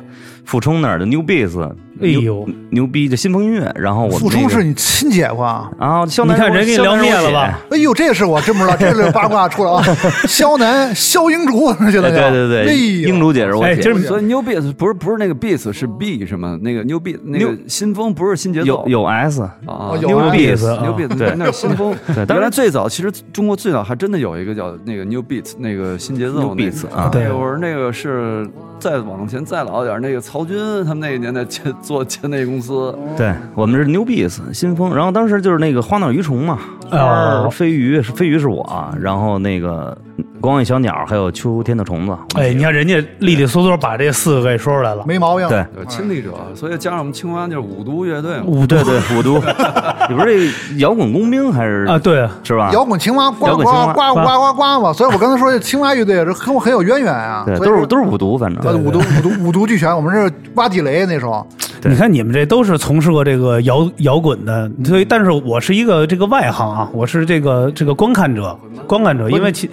Speaker 4: 傅冲那儿的 New Beats，
Speaker 2: 哎呦
Speaker 4: 牛牛逼就新风音乐，然后我们
Speaker 1: 傅
Speaker 4: 那
Speaker 1: 冲
Speaker 4: 个
Speaker 1: 是你亲姐夫啊？
Speaker 4: 啊，肖
Speaker 2: 你
Speaker 4: 楠
Speaker 2: 看
Speaker 4: 是我
Speaker 2: 人给你聊灭了吧？
Speaker 1: 哎呦，这事我真不知道，这是八卦出
Speaker 4: [laughs]
Speaker 1: 来啊！肖楠、肖英竹，现
Speaker 4: 肖
Speaker 1: 在
Speaker 4: 楠是我姐
Speaker 1: 叫
Speaker 4: 哎对对
Speaker 1: 哎
Speaker 4: 对，
Speaker 1: 呦
Speaker 4: 英竹姐是我
Speaker 2: 哎
Speaker 4: 姐
Speaker 2: 今儿。
Speaker 3: 所以 New Beats 不是不是那个 Beats 是 B 是吗？那个 New Beat 那个新风不是新节奏
Speaker 4: 有有 S，
Speaker 3: 啊
Speaker 1: 有啊
Speaker 2: New Beats 啊
Speaker 3: 牛 Beats
Speaker 4: 对
Speaker 3: 那是新风。
Speaker 4: 对当
Speaker 3: 原来
Speaker 4: 然
Speaker 3: 最早其实中国最早还真的有一个叫那个 New Beats 那个新节奏
Speaker 4: New
Speaker 3: 那个
Speaker 4: Beats，啊
Speaker 2: 对
Speaker 3: 那会儿那个是再往前再老一点，那个曹军他们那个年代签做签那公司，
Speaker 4: 对我们是 New Beats 新风，然后当时就是那个花鸟鱼虫嘛，
Speaker 2: 哦
Speaker 4: 花儿飞鱼是飞鱼是我，然后那个国光与小鸟，还有秋天的虫子。
Speaker 2: 哎，你看人家利利索索把这四个给说出来了，
Speaker 1: 没毛病。
Speaker 4: 对，啊
Speaker 3: 有亲历者，所以加上我们青蛙就是五毒乐队嘛。
Speaker 2: 五
Speaker 4: 对对，五毒， [laughs] 你不是这摇滚工兵还是
Speaker 2: 啊，对啊，
Speaker 4: 是吧？
Speaker 1: 摇滚青蛙呱
Speaker 4: 摇
Speaker 1: 呱
Speaker 4: 滚青
Speaker 1: 呱
Speaker 4: 蛙
Speaker 1: 呱呱呱嘛，所以我刚才说这青蛙乐队这跟我很有渊源啊。
Speaker 4: 对，
Speaker 1: 所以
Speaker 4: 都是都是五毒，反
Speaker 1: 呃
Speaker 4: 正
Speaker 1: 五毒五毒五毒俱全，我们是挖地雷那时候。
Speaker 2: 你看你们这都是从事过这个摇摇滚的，所以但是我是一个这个外行啊，我是这个这个观看者，观看者，因为其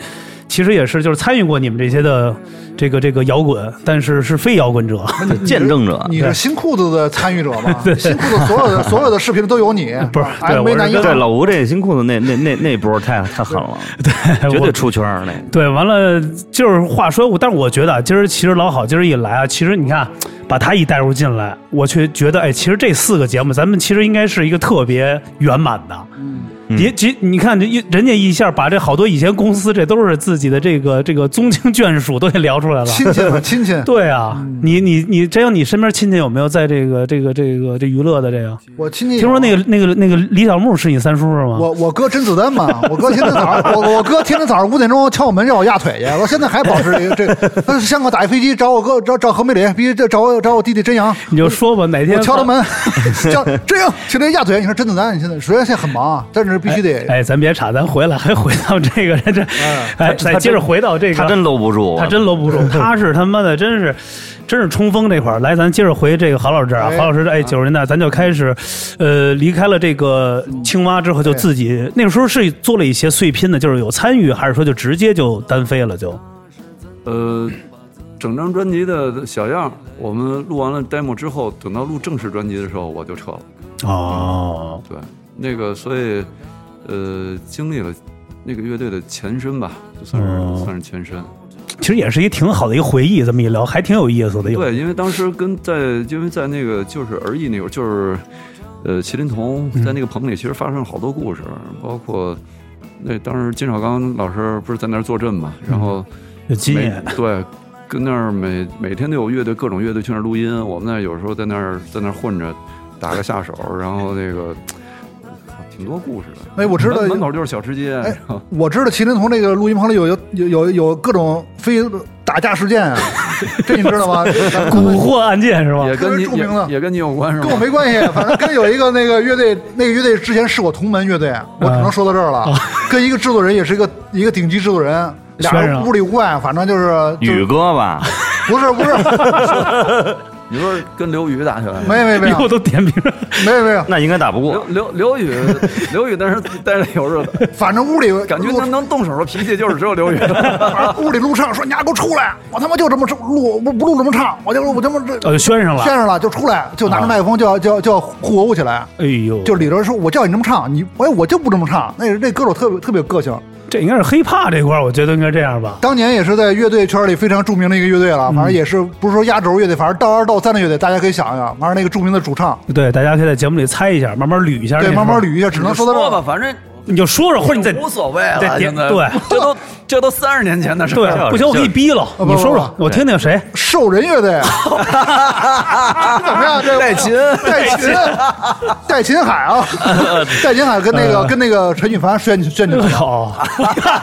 Speaker 2: 其实也是就是参与过你们这些的这个这个摇滚，但是是非摇滚者。
Speaker 4: 见证
Speaker 2: 啊
Speaker 4: 者。
Speaker 1: 你是新裤子的参与者
Speaker 2: [laughs]
Speaker 1: 吗？新裤子所有的所有的视频都有你，
Speaker 2: 不是对
Speaker 1: MV
Speaker 2: 我是
Speaker 1: 男一
Speaker 2: 跟
Speaker 4: 对
Speaker 1: 号
Speaker 4: 老吴这新裤子那那那那波太太狠了，
Speaker 2: [laughs] 对
Speaker 4: 绝
Speaker 2: 我
Speaker 4: 对出圈儿那个。
Speaker 2: 对，完了就是话说，我但是我觉得啊，今儿其实老好，今儿一来啊，其实你看把他一带入进来，我却觉得哎，其实这四个节目咱们其实应该是一个特别圆满的。嗯，也其你看这一人家一下把这好多以前公司这都是自己的这个这个宗亲眷属都给聊出来了。
Speaker 1: 亲戚
Speaker 2: [laughs]
Speaker 1: 们亲戚，
Speaker 2: 对啊，你你你，真有你身边亲戚有没有在这个这个这个这娱乐的这个？
Speaker 1: 我亲戚
Speaker 2: 听说那个那个那个李小牧是你三叔是吗？
Speaker 1: 我我哥甄子丹嘛，我哥天天早上我我哥天天早上五点钟敲我门让我压腿去，我现在还保持这个这个，他香港打一飞机找我哥找找何美里，必须得找我找我弟弟真阳，
Speaker 2: 你就说吧，哪天
Speaker 1: 我敲他门叫真阳去那压腿，你说甄子丹你现在虽然现在很忙啊，但是必须得
Speaker 2: 哎，咱别岔，咱回来还回到这个，这， [laughs] 哎，再接着回到这个，
Speaker 4: 他真搂不住，
Speaker 2: 他真搂不住，他是他妈的，真是，真是冲锋这块儿。来，咱接着回这个郝老师这儿啊，
Speaker 1: 哎
Speaker 2: 郝老师，哎，九十年代咱就开始，呃，离开了这个青蛙之后，就自己那个时候是做了一些碎拼的，就是有参与，还是说就直接就单飞了就？
Speaker 3: 呃，整张专辑的小样，我们录完了 demo 之后，等到录正式专辑的时候，我就撤了。
Speaker 2: 哦，
Speaker 3: 对，那个所以，呃，经历了那个乐队的前身吧，就算是、
Speaker 2: 哦
Speaker 3: 算是前身。
Speaker 2: 其实也是一挺好的一个回忆，这么一聊还挺有意思的。有，
Speaker 3: 对，因为当时跟在，因为在那个就是儿艺那会儿，就是呃，麒麟童在那个棚里，其实发生了好多故事，包括那当时金少刚老师不是在那儿坐镇嘛，然后
Speaker 2: 就今
Speaker 3: 每
Speaker 2: 年，
Speaker 3: 对。跟那儿每每天都有乐队，各种乐队去那儿录音。我们那儿有时候在那儿在那儿混着，打个下手，然后那个靠挺多故事的。
Speaker 1: 哎我知道
Speaker 3: 门门口就是小吃街。
Speaker 1: 哎
Speaker 3: 然后
Speaker 1: 我知道麒麟童这个录音棚里有有有有有各种非打架事件啊，这你知道吗？咱
Speaker 2: 蛊惑案件是吧
Speaker 3: 也？跟你
Speaker 1: 特别著名的
Speaker 3: 也也跟你有关是吗？
Speaker 1: 跟我没关系，反正跟有一个那个乐队，那个乐队之前是我同门乐队，我只能说到这儿了。 [laughs] 跟一个制作人也是一个一个顶级制作人，俩
Speaker 2: 轩
Speaker 1: 人啊
Speaker 2: 上
Speaker 1: 屋里屋外，反正就是就
Speaker 4: 宇哥吧，
Speaker 1: 不是不是，
Speaker 3: 你说跟刘宇打起来了？
Speaker 1: 没有没有没
Speaker 2: 以
Speaker 1: 有
Speaker 2: 后都点名。
Speaker 1: 没有没有，
Speaker 4: 那应该打不过
Speaker 3: 刘。刘刘宇，刘宇那时候待着有日子，
Speaker 1: 反正屋里
Speaker 3: 感觉
Speaker 1: 录
Speaker 3: 能能动手的脾气就是只有刘宇。
Speaker 1: 反正屋里录唱说你丫给我出来，我他妈就这么录，我不录这么唱，我就我他妈这
Speaker 2: 哦，就宣上了
Speaker 1: 宣。上了就出来，就拿着麦克风就要就要就要互殴起来。
Speaker 2: 哎呦，
Speaker 1: 就里头说，我叫你这么唱，你哎我就不这么唱，那那歌手特别特别有个性。
Speaker 2: 这应该是黑怕这块儿，我觉得应该这样吧。
Speaker 1: 当年也是在乐队圈里非常著名的一个乐队了，反正也是不是说压轴乐队，反正到二到三的乐队，大家可以想一想，反正那个著名的主唱，
Speaker 2: 对，大家可以在节目里猜一下，慢慢捋一下。
Speaker 1: 对，慢慢，捋一下，只能 [laughs] 说到这
Speaker 3: 说吧，
Speaker 1: 儿。
Speaker 3: 反正
Speaker 2: 你就说说，或者你再
Speaker 3: 无所谓
Speaker 2: 对
Speaker 3: 了。
Speaker 2: 对
Speaker 3: 现在
Speaker 2: 对
Speaker 3: 这都这都三十年前的事儿了。
Speaker 2: 对，不行，我给你逼了。
Speaker 1: 不
Speaker 2: 你说说，
Speaker 1: 哦不哎
Speaker 2: 我听听谁
Speaker 1: 兽人乐队，怎么样？这 [laughs]
Speaker 3: 带琴
Speaker 1: 戴琴，戴琴海啊，戴琴海跟那个跟那个陈羽凡炫炫
Speaker 2: [laughs]
Speaker 1: 女，
Speaker 2: 好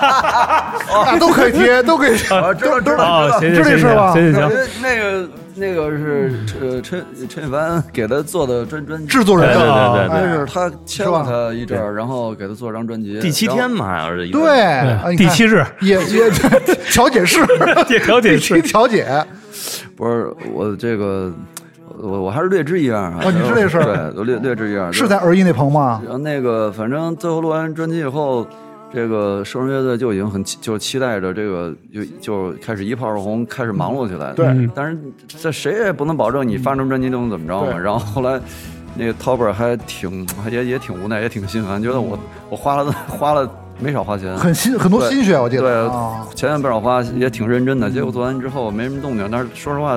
Speaker 1: 啊都可以贴，都可以贴，
Speaker 3: 我知道
Speaker 1: 都
Speaker 3: 知
Speaker 1: 都
Speaker 3: 道
Speaker 2: 哦，行
Speaker 1: 知
Speaker 2: 行
Speaker 1: 道这
Speaker 2: 行
Speaker 1: 事儿吧
Speaker 2: 行行
Speaker 3: 因
Speaker 2: 行，
Speaker 3: 为那个那个是呃陈陈羽凡给他做的专专辑，
Speaker 1: 制作人
Speaker 4: 对
Speaker 1: 啊，
Speaker 4: 对对对
Speaker 1: 哎
Speaker 3: 就是他签
Speaker 1: 是
Speaker 3: 了
Speaker 1: 吧
Speaker 3: 他一阵儿，然后给他做张专辑。
Speaker 4: 第七天
Speaker 3: 然后
Speaker 4: 嘛，好像是一个
Speaker 1: 对，啊你看
Speaker 2: 哎第七日
Speaker 1: 也也 [laughs] 调解 [laughs] 室，
Speaker 2: 也了解
Speaker 1: 第七
Speaker 2: 是。
Speaker 1: 调解，
Speaker 3: 不是我这个，我我还是略知一二啊。
Speaker 1: 哦你知这事儿
Speaker 3: 对，我略略知一二。
Speaker 1: 是在儿艺那棚吗？
Speaker 3: 然后那个，反正最后录完专辑以后，这个兽人乐队就已经很期就期待着这个就就开始一炮而红，开始忙碌起来。
Speaker 1: 对
Speaker 2: 嗯
Speaker 3: 但是这谁也不能保证你发张专辑就能怎么着嘛。
Speaker 1: 对
Speaker 3: 然后后来。那个 Topper 还挺也也挺无奈，也挺心寒，觉得我我花了花了没少花钱，
Speaker 1: 嗯很心很多
Speaker 3: 嗯对
Speaker 1: 心血，我记得
Speaker 3: 对
Speaker 1: 啊，，
Speaker 3: 前面不少花也挺认真的，结果做完之后没什么动静，但是说实话，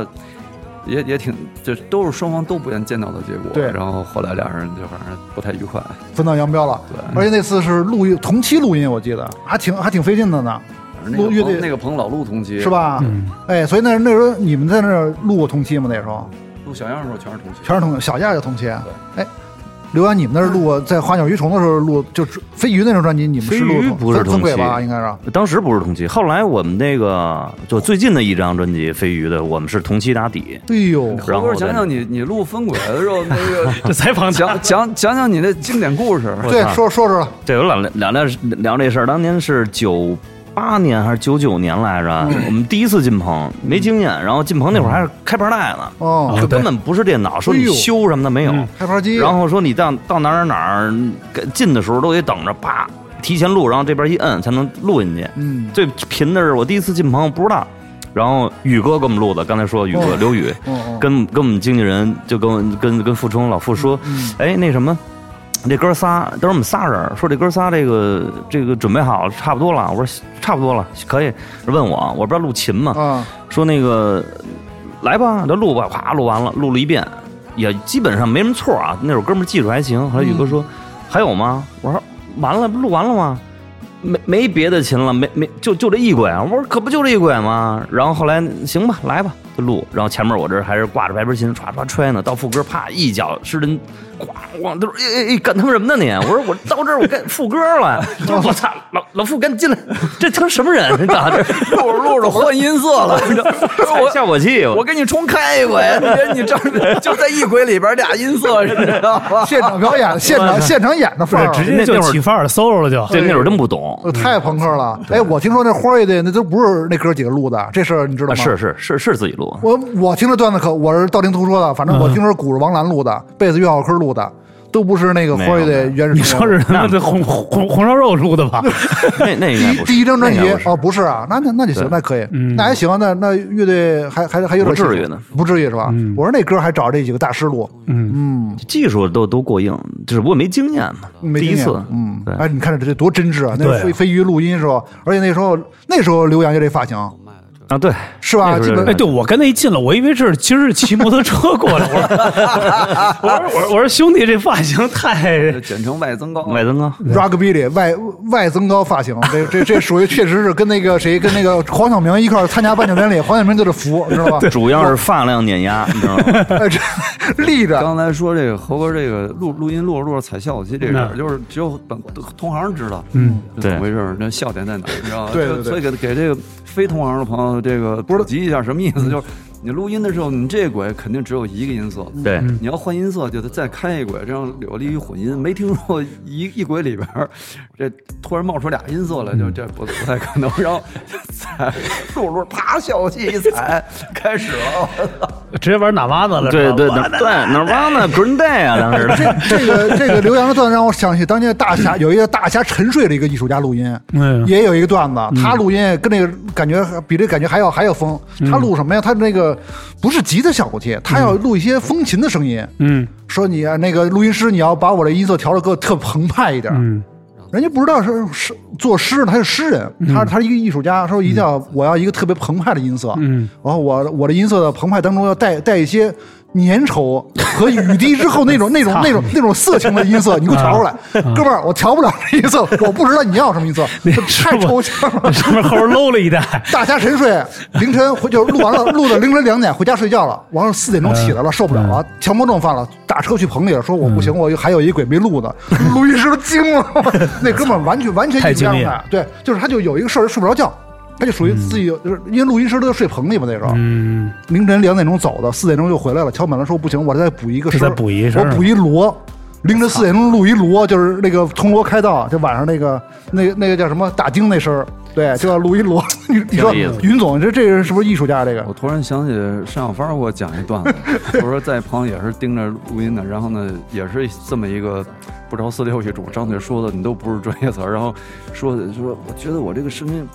Speaker 3: 也也挺，这都是双方都不愿见到的结果。
Speaker 1: 对
Speaker 3: 然后后来俩人就反正不太愉快。
Speaker 1: 分道扬镳了。而且那次是录音同期录音，我记得还挺还挺费劲的呢，
Speaker 3: 反正那
Speaker 1: 录
Speaker 3: 个
Speaker 1: 乐
Speaker 3: 棚
Speaker 1: 队
Speaker 3: 那个棚老录同期
Speaker 1: 是？吧？
Speaker 4: 嗯
Speaker 2: 嗯
Speaker 1: 哎，所以那那时候你们在那儿录过同期吗？那时候
Speaker 3: 录小样的时候全是同期。
Speaker 1: 啊全是同小样就同期。哎，刘安，你们那儿录过，在花鸟鱼虫的时候录，就是飞鱼那张专辑，你们是录
Speaker 4: 飞鱼
Speaker 1: 同
Speaker 4: 不是
Speaker 1: 分分
Speaker 4: 同
Speaker 1: 轨
Speaker 4: 期
Speaker 1: 吧？应该是。
Speaker 4: 当时不是同期，后来我们那个就最近的一张专辑《飞鱼》的，我们是同期打底。
Speaker 1: 哎呦，
Speaker 4: 然后
Speaker 3: 猴哥讲讲你你录分轨的时候那 [laughs] 个
Speaker 2: 这采访他
Speaker 3: 讲讲讲讲你的经典故 [laughs] 事。
Speaker 1: 对，说说说，
Speaker 4: 对，我老聊聊聊这事儿。当年是九八年还是九九年来着？
Speaker 1: 嗯
Speaker 4: 我们第一次进棚，没经验，然后进棚那会儿还是开盘带呢，
Speaker 1: 哦，
Speaker 4: 就根本不是电脑，说
Speaker 1: 哎
Speaker 4: 你
Speaker 1: 呦哎
Speaker 4: 修什么的没有。
Speaker 2: 嗯
Speaker 1: 开盘机，
Speaker 4: 啊然后说你到到哪儿哪儿哪儿进的时候都得等着，啪，提前录，然后这边一摁才能录进去。
Speaker 1: 嗯，
Speaker 4: 最贫的是我第一次进棚，我不知道。然后宇哥给我们录的，刚才说宇哥
Speaker 1: 哦
Speaker 4: 刘宇，
Speaker 1: 哦哦，
Speaker 4: 跟跟我们经纪人就跟我跟跟付冲老付说，
Speaker 1: 嗯
Speaker 4: 哎，那什么，这哥仨，当时我们仨人说这哥仨这个这个准备好了，差不多了。我说差不多了，可以。问我，我不是要录琴嘛，
Speaker 1: 啊，
Speaker 4: 说那个来吧，就录吧，咵录完了，录了一遍，也基本上没什么错啊。那会儿哥们儿技术还行。后来宇哥
Speaker 3: 嗯
Speaker 4: 说、还有吗？我说完了，不录完了吗？没没别的琴了，没没就就这一轨啊！我说可不就这一轨吗？然后后来行吧，来吧，就录。然后前面我这还是挂着白边琴唰唰吹呢，到副歌啪一脚失真，咣咣，他说哎哎哎，干他妈什么呢你？我说我到这儿
Speaker 3: [laughs]
Speaker 4: 我干副歌了，他说我操，老老傅赶紧进来，这他妈什么人？啊你咋这
Speaker 3: 录着录着换音色 [laughs] 了，你知道
Speaker 4: [laughs] 踩
Speaker 3: 我
Speaker 4: 效果器？
Speaker 3: 我给你重开一轨，你别你这 [laughs] 儿就在一轨里边俩音色，你知道 [laughs] 吗？
Speaker 1: 现场表
Speaker 4: [laughs]
Speaker 1: 演，现场现场演的范
Speaker 2: 不
Speaker 1: 儿
Speaker 2: 是
Speaker 1: 啊，
Speaker 2: 直接就起范儿 solo 了就。
Speaker 4: 对那会儿真不懂，啊
Speaker 1: 呃太朋克了。哎，我听说那花儿乐队那都不是那哥几个录的，这事儿你知道
Speaker 4: 啊
Speaker 1: 吗？
Speaker 4: 是。是是是自己录，
Speaker 1: 我我听这段子可我是道听途说的，反正
Speaker 4: 嗯
Speaker 1: 我听说鼓是王兰录的，贝斯岳浩科录的，都不是那个花儿乐队原始
Speaker 2: 你
Speaker 1: 成
Speaker 2: 说
Speaker 1: 员。
Speaker 2: 是他妈的红红红烧肉录的吧？
Speaker 4: 那那应该
Speaker 1: 第
Speaker 4: 不是
Speaker 1: 第一张专辑
Speaker 4: 那应该不
Speaker 1: 哦，
Speaker 4: 是
Speaker 1: 不是啊，那那那就行，那可以，
Speaker 2: 嗯
Speaker 1: 那还行，啊那那乐队还还还有点
Speaker 4: 不至于
Speaker 1: 兴趣
Speaker 4: 呢，
Speaker 1: 不至于是吧？
Speaker 2: 嗯
Speaker 1: 我说那歌还找这几个大师录，
Speaker 2: 嗯，
Speaker 1: 嗯，
Speaker 4: 技术都都过硬，只不过没经验嘛，
Speaker 1: 没
Speaker 4: 第
Speaker 1: 经
Speaker 4: 一
Speaker 1: 验
Speaker 4: 次，
Speaker 1: 嗯，
Speaker 4: 对
Speaker 1: 哎，你看这这多真挚啊！那
Speaker 2: 对啊
Speaker 1: 飞飞鱼录音是吧？而且那时候那时候刘洋就这发型
Speaker 4: 啊，对，
Speaker 1: 是吧？
Speaker 4: 那
Speaker 1: 基
Speaker 4: 时候
Speaker 1: 本
Speaker 2: 哎，对，我刚才一进来，我以为这是今儿是骑摩托车过来，我
Speaker 1: [laughs]
Speaker 2: 说我说我说我说兄弟，这发型太
Speaker 3: 简称外增高，
Speaker 4: 外增高，
Speaker 1: rugby 里外外增高发型，这这这属于确实是跟那个谁跟那个黄晓明一块儿参加颁奖典礼，黄晓明就得服，你知道吧？
Speaker 4: 主要是发量碾压，你知道吗？
Speaker 1: 哎，这立着，
Speaker 3: 刚才说这个猴哥这个录录音录着录着踩效果器这事儿，就是只有本同行知道，嗯，怎么回事儿？那笑点在哪儿？你知道吗？
Speaker 1: 对对对
Speaker 3: 就
Speaker 1: 嗯
Speaker 3: 所以给给这个非同行的朋友这个普及一下什么意思？就是你录音的时候，你这轨肯定只有一个音色。
Speaker 4: 对，
Speaker 3: 你要换音色，就得再开一轨，这样有利于混音。没听说一一轨里边儿，这突然冒出俩音色
Speaker 1: 嗯
Speaker 3: 来，就这不不太可能。然后踩录着录着，啪，效果器一
Speaker 1: [laughs]
Speaker 3: 踩，开始了。
Speaker 2: 直接玩哪娃子了。
Speaker 4: 对
Speaker 1: [laughs]
Speaker 4: 对，
Speaker 2: 是吧
Speaker 4: 哪对哪帮呢？Green Day 啊，当时的，
Speaker 1: 这个这个刘洋的段子让我想起当年大侠有一个大侠沉睡的一个艺术家录音，
Speaker 2: 嗯
Speaker 1: 也有一个段子，他录音跟那个感觉比这感觉还要还要疯。
Speaker 2: 嗯
Speaker 1: 他录什么呀？他那个不是吉他效果器，他要录一些风琴的声音。
Speaker 2: 嗯
Speaker 1: 说你啊那个录音师，你要把我的音色调的个特澎湃一点。
Speaker 2: 嗯
Speaker 1: 人家不知道是是作诗呢，他是诗人，
Speaker 2: 嗯
Speaker 1: 他他是一个艺术家，说一定要我要一个特别澎湃的音色。
Speaker 2: 嗯，
Speaker 1: 然后我我的音色的澎湃当中要带带一些粘稠和雨滴之后那
Speaker 2: [laughs]
Speaker 1: 种那种那种那种色情的音色，你给我调出来，
Speaker 2: 啊
Speaker 1: 哥们儿，我调不了这音色，我不知道你要什么音
Speaker 2: [laughs]
Speaker 1: 色，这太抽象了。
Speaker 2: 上面后边搂了一袋，
Speaker 1: 大家沉
Speaker 2: [laughs]
Speaker 1: 睡，凌晨回就录完了，录到凌晨两点回家睡觉了，完了四点钟
Speaker 2: 嗯
Speaker 1: 起来了，受不了了，强迫症犯了，打车去棚里了，说我不行，我还有一鬼没录
Speaker 2: [laughs]
Speaker 1: 呢，录音师都惊了， [laughs] 那哥们儿完全完全
Speaker 2: 太
Speaker 1: 一
Speaker 2: 敬
Speaker 1: 状
Speaker 2: 业
Speaker 1: 态，对，就是他就有一个事儿睡不着觉。他就属于自己，就是因为录音师都在睡棚里嘛，那时候，
Speaker 2: 嗯，
Speaker 1: 凌晨两点钟走的，四点钟又回来了，敲门了，说不行，我再补一个声儿，
Speaker 2: 再补一声
Speaker 1: 我补一锣。凌晨四点钟录一锣，就是那个铜锣开道，就晚上那个那那个叫什么打钉那声儿，对，就要录一锣。 [laughs] 你你说
Speaker 4: 挺有意思
Speaker 1: 云总，这这人是不是艺术家？这个
Speaker 3: 我突然想起单小芳给我讲一段子，我说在旁也是盯着录音的，然后呢也是这么一个不着四六一主，张嘴说的你都不是专业词儿，然后说的说我觉得我这个声音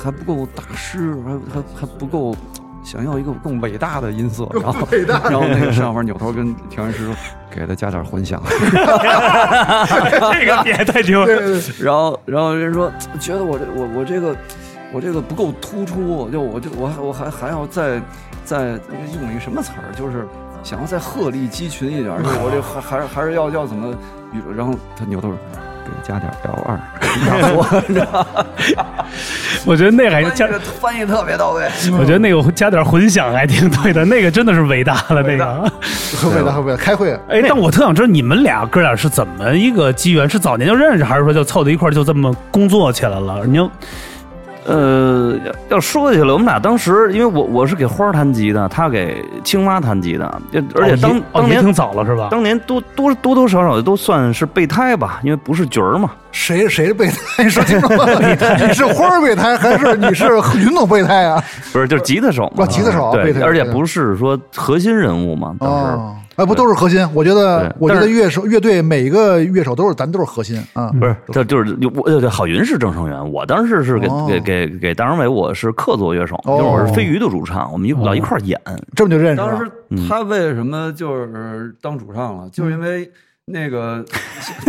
Speaker 3: 还不够大师，还还还不够。想要一个更伟大的音色，然后，然后那个单小芳扭头跟调音师说：“给他加点混响。”
Speaker 2: [laughs] 这个也太牛了。
Speaker 3: 然后，然后人说觉得我这我我这个我这个不够突出，就我就我还我还还要再再用一个什么词儿，就是想要再鹤立鸡群一点儿，就我这还还是还是要要怎么，然后他扭头说。得加点 L 二， [laughs] 我
Speaker 2: 我觉得那个还加，
Speaker 3: 翻译特别到位，
Speaker 2: 我觉得那个加点混响还挺对的，那个真的是伟大了，那个。
Speaker 1: 喝为了喝为了开会了，
Speaker 2: [laughs] 哎，但我特想知道你们俩哥俩是怎么一个机缘？是早年就认识，还是说就凑到一块儿就这么工作起来了？你就
Speaker 4: 呃，要要说起来，我们俩当时，因为我我是给花儿弹吉的，他给青蛙弹吉的，就而且当、
Speaker 2: 哦
Speaker 4: 当
Speaker 2: 也挺
Speaker 4: 年
Speaker 2: 早了是吧？
Speaker 4: 当年多多多多少少都算是备胎吧，因为不是角儿嘛。
Speaker 1: 谁谁备胎？ [laughs] 你说清楚了，你是花儿备胎还是你是云总备胎啊？
Speaker 4: 不是，就是吉他手嘛，
Speaker 1: 哦吉他手
Speaker 4: 对
Speaker 1: 贝特，
Speaker 4: 而且
Speaker 1: 贝特
Speaker 4: 不是说核心人物嘛，当时、
Speaker 1: 哦，哎，不都是核心？我觉得
Speaker 4: 对，
Speaker 1: 我觉得
Speaker 4: 但是嗯
Speaker 1: 乐手乐队每个乐手都是咱都是核心啊。
Speaker 4: 不是，他就是我，对对，郝云是正成员，我当时是给、
Speaker 1: 哦
Speaker 4: 给给给大张伟，我是客座乐手，
Speaker 1: 哦
Speaker 4: 就是我是飞鱼的主唱，我们一老一块儿演，
Speaker 1: 这么就认识
Speaker 3: 当
Speaker 1: 了
Speaker 3: 时他为什么就是当主唱了，就是因为那个，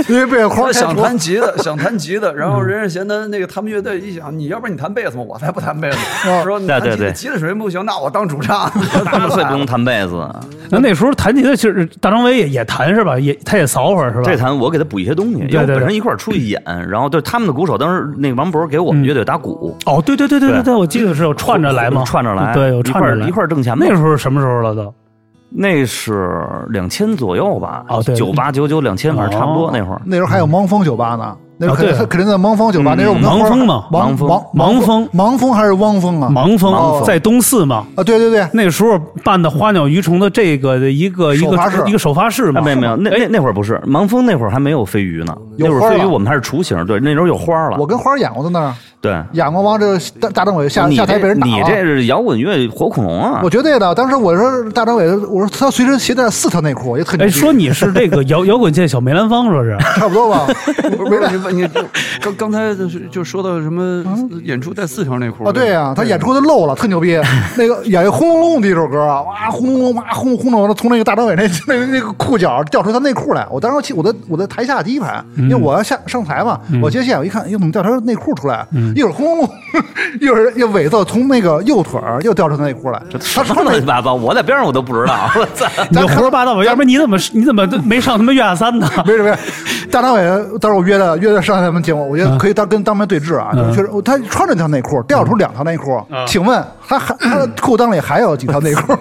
Speaker 1: 因为被花
Speaker 3: 他
Speaker 1: 儿开
Speaker 3: 想
Speaker 1: 除。
Speaker 3: 弹吉的，想弹吉的，然后任正贤他那个他们乐队一想，你要不然你弹贝斯吧，我才不弹贝斯，说你弹吉
Speaker 4: 对对
Speaker 3: 的
Speaker 4: 对
Speaker 3: 吉的水平不行，那我当主唱，
Speaker 4: 他们最不能弹
Speaker 1: [laughs]
Speaker 4: 贝斯，
Speaker 2: 那那时候弹吉他，其实大张伟也也弹是吧？也他也扫会儿是吧？
Speaker 4: 这坛我给他补一些东西，因为
Speaker 2: 对
Speaker 4: 我
Speaker 2: 对
Speaker 4: 本身一块儿出去演，然后就是他们的鼓手，当时那个王博给我们乐队打鼓，
Speaker 2: 哦，对对对对对对，我记得是有串着来嘛，
Speaker 4: 串着来，
Speaker 2: 对，有串着
Speaker 4: 一块
Speaker 2: 来
Speaker 4: 儿一块儿挣钱嘛。
Speaker 2: 那时候是什么时候了都？
Speaker 4: 那是两千左右吧，
Speaker 2: 哦对
Speaker 4: 九八九九两千，反正差不
Speaker 2: 哦
Speaker 4: 多那会儿。
Speaker 1: 那时候还有盲峰酒吧呢，那时候
Speaker 2: 啊对
Speaker 1: 肯
Speaker 2: 啊
Speaker 1: 定肯定在盲峰酒吧。那时候我们跟
Speaker 2: 盲
Speaker 1: 花儿
Speaker 2: 峰嘛
Speaker 1: 盲
Speaker 4: 盲峰
Speaker 1: 盲
Speaker 2: 盲峰
Speaker 1: 盲峰还是汪峰啊？
Speaker 2: 盲
Speaker 1: 盲
Speaker 2: 峰
Speaker 1: 峰
Speaker 2: 在东四嘛，
Speaker 1: 啊，对对对，
Speaker 2: 那时候办的花鸟鱼虫的这个的一个一
Speaker 1: 首发式
Speaker 2: 个一个首发式嘛，
Speaker 4: 哎没有没有，那那那会儿不是盲峰，那会儿还没有飞鱼呢。
Speaker 1: 有
Speaker 4: 那会
Speaker 1: 花
Speaker 4: 儿
Speaker 1: 了
Speaker 4: 飞鱼我们还是雏形，对，那时候有花了
Speaker 1: 我。跟花儿演过的那儿，
Speaker 4: 对，
Speaker 1: 演过往这大大张伟下
Speaker 4: 你
Speaker 1: 下台
Speaker 4: 这
Speaker 1: 被人打了。
Speaker 4: 你这是摇滚乐火恐龙啊
Speaker 1: 我！绝对的，当时我说大张伟，我说他随身携带四条内裤，我就特牛
Speaker 2: 哎，
Speaker 1: 逼
Speaker 2: 说你是这个摇摇滚界小梅兰芳，
Speaker 1: [laughs]
Speaker 2: 说是？
Speaker 1: 差不多
Speaker 4: [laughs]
Speaker 1: 吧，
Speaker 3: 不是你你刚刚才就是就说到什么演出带四条内裤
Speaker 1: 啊，对呀、他演出就漏了，特牛 [laughs] 逼。那个演《轰隆隆》的一首歌啊，哇，轰隆隆，哇，轰轰隆隆，从那个大张伟那 [laughs] 那那个裤脚掉出他内裤来。我当时去，我在我在台下第一排，因为我要下上台嘛，我接线，我一看，哟，怎么掉条内裤出来？一会儿轰隆隆， [laughs] 一会儿又尾子从那个右腿儿又掉出他内裤来。他
Speaker 4: 什么
Speaker 1: 穿
Speaker 4: 乱七
Speaker 1: 的，
Speaker 4: 八糟，我在边上我都不知道。我
Speaker 1: [laughs]
Speaker 4: 操！
Speaker 2: 你就胡说八道吧，要不然你怎么你怎么没上他妈月下三呢？
Speaker 1: 没事没事，大张伟，到时候我约他约他上他们节目，我觉得可以当跟当面对质啊。就是确实，他穿着一条内裤，掉出两条内裤，请问他还他的裤裆里还有几条内 [laughs] 裤？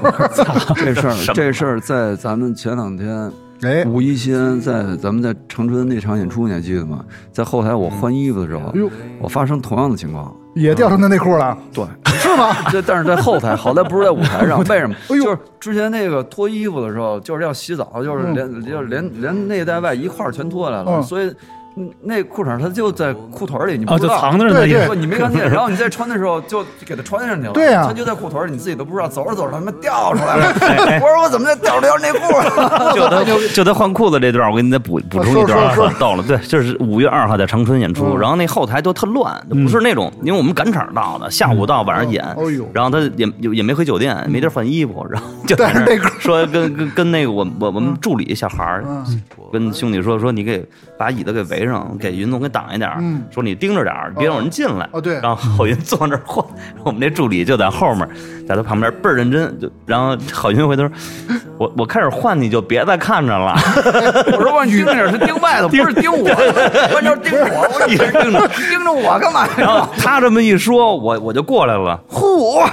Speaker 3: 这事
Speaker 4: 什么
Speaker 3: 儿，这事儿在咱们前两天，
Speaker 1: 哎
Speaker 3: 吴一新在咱们在长春那场演出，你还记得吗？在后台我换衣服的时候，我发生同样的情况。
Speaker 1: 也掉出那内裤了。
Speaker 3: 对，
Speaker 1: 是吗？
Speaker 3: [laughs] 这但是在后台，好在不是在舞台
Speaker 1: [laughs]
Speaker 3: 上。为什么？
Speaker 1: 哎呦
Speaker 3: 就是之前那个脱衣服的时候，就是要洗澡，就是连就是连连内带外一块儿全脱下来了，
Speaker 1: 嗯
Speaker 3: 所以嗯那裤衩它就在裤腿里，你
Speaker 2: [laughs]
Speaker 3: 不
Speaker 2: 哦，就
Speaker 3: 知道。
Speaker 2: 藏着呢
Speaker 1: 对
Speaker 2: 也
Speaker 1: 对
Speaker 3: 不，你没看见，然后你再穿的时候就给它穿上去了。
Speaker 1: 对啊
Speaker 3: 它就在裤腿儿里，你自己都不知道，走着走着他妈掉出来了。 [laughs] 我说我怎么就掉出条内裤啊了？
Speaker 4: 就他就他换裤子这段，我给你再补补充一段啊，
Speaker 1: 说说嗯
Speaker 4: 很逗了。对，就是五月二号在长春演出，然后那后台都特乱，就不是那种，因为我们赶场到的，下午到晚上演
Speaker 1: 哦哎呦，
Speaker 4: 然后他也也也没回酒店，没地儿换衣服，然后就
Speaker 1: 但是
Speaker 4: 在那儿
Speaker 1: 那个
Speaker 4: 说跟跟跟那个我我我
Speaker 1: 嗯
Speaker 4: 们助理小孩儿跟兄弟说说你给把椅子给围上，给云总给挡一点儿
Speaker 1: 嗯，
Speaker 4: 说你盯着点儿，别让人进来。
Speaker 1: 哦对
Speaker 4: 然后郝云坐那儿晃， [laughs] 我们那助理就在后面，在他旁边倍儿认真，就然后郝云回头说，我我开始换你就别再看着了。
Speaker 3: [laughs]
Speaker 4: [laughs]
Speaker 3: 我说我盯着是盯外头，不是盯我，关键是盯我，我一直盯着盯着我干嘛
Speaker 4: 然
Speaker 3: 呀？
Speaker 4: 后他这么一说，我我就过来了，
Speaker 3: 嚯！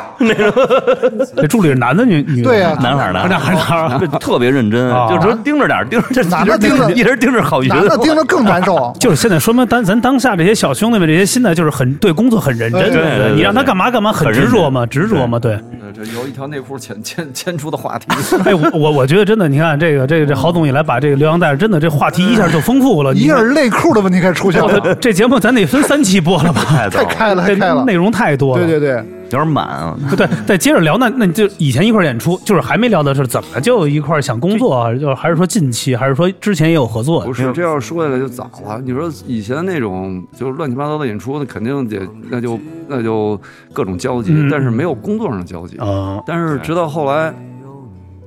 Speaker 2: 这助理是男的女女的？
Speaker 1: 对呀
Speaker 4: 男孩儿的，
Speaker 2: 男孩儿 [laughs]
Speaker 4: 就特别认真，
Speaker 2: 啊。
Speaker 4: 就说盯着点儿，盯着，
Speaker 1: 男的
Speaker 4: 一直
Speaker 1: 盯着
Speaker 4: 一直盯着郝云，
Speaker 1: 男的盯着更难受
Speaker 2: 就是现在说明咱咱当下这些小兄弟们这些心态就是很对工作很认真，
Speaker 1: 对
Speaker 2: 不
Speaker 4: 对对对
Speaker 2: 你让他干嘛干嘛很
Speaker 4: 很
Speaker 2: 执
Speaker 4: 认
Speaker 2: 着
Speaker 4: 真
Speaker 2: 嘛，执着嘛，对。
Speaker 3: 呃这由一条内裤牵牵牵出
Speaker 2: [laughs]
Speaker 3: 的话题，
Speaker 2: 哎，我我我觉得真的，你看这个这个这郝总一来把这个留洋带，真的这话题一下就丰富了。
Speaker 1: [laughs] 一
Speaker 2: 你
Speaker 1: 下内裤的问题开始出现
Speaker 2: 我
Speaker 1: 了，
Speaker 2: [laughs] 的这节目咱得分三期播了吧？
Speaker 4: [laughs] 太逗
Speaker 1: 太开
Speaker 4: 了，
Speaker 1: 了，太
Speaker 2: 这
Speaker 1: 开了。
Speaker 2: 内容太多了。
Speaker 1: 对对对，
Speaker 4: 有点满啊。 [laughs]
Speaker 2: 不对，再接着聊，那那你就以前一块儿演出，就是还没聊到是怎么就一块儿想工作啊，就是还是说近期，还是说之前也有合作啊
Speaker 3: 不是这要说起来就早了。你说以前那种就是乱七八糟的演出，那肯定得那就那就各种交集，
Speaker 2: 嗯
Speaker 3: 但是没有工作上的交集。
Speaker 2: 啊？
Speaker 3: 但是直到后来，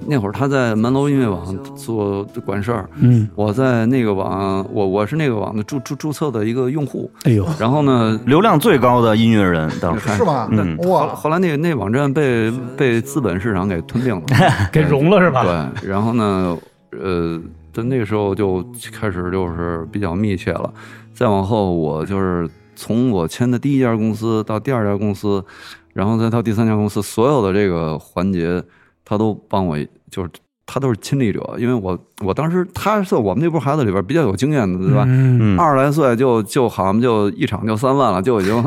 Speaker 3: 那会儿他在门楼音乐网做管事儿，
Speaker 2: 嗯，
Speaker 3: 我在那个网，我我是那个网的注注注册的一个用户。
Speaker 2: 哎呦，
Speaker 3: 然后呢，
Speaker 4: 流量最高的音乐人当时，
Speaker 1: 是吗？
Speaker 4: 嗯
Speaker 3: 后来
Speaker 1: 哇，
Speaker 3: 后来那个那网站被被资本市场给吞并了。
Speaker 2: 给融了是吧？
Speaker 3: 对，然后呢，呃，但那个时候就开始就是比较密切了。再往后，我就是从我签的第一家公司到第二家公司，然后再到第三家公司，所有的这个环节，他都帮我，就是他都是亲历者，因为我我当时他是我们那波孩子里边比较有经验的，对吧？
Speaker 2: 嗯，
Speaker 4: 嗯
Speaker 3: 二十来岁就就好像就一场就三万了，就已经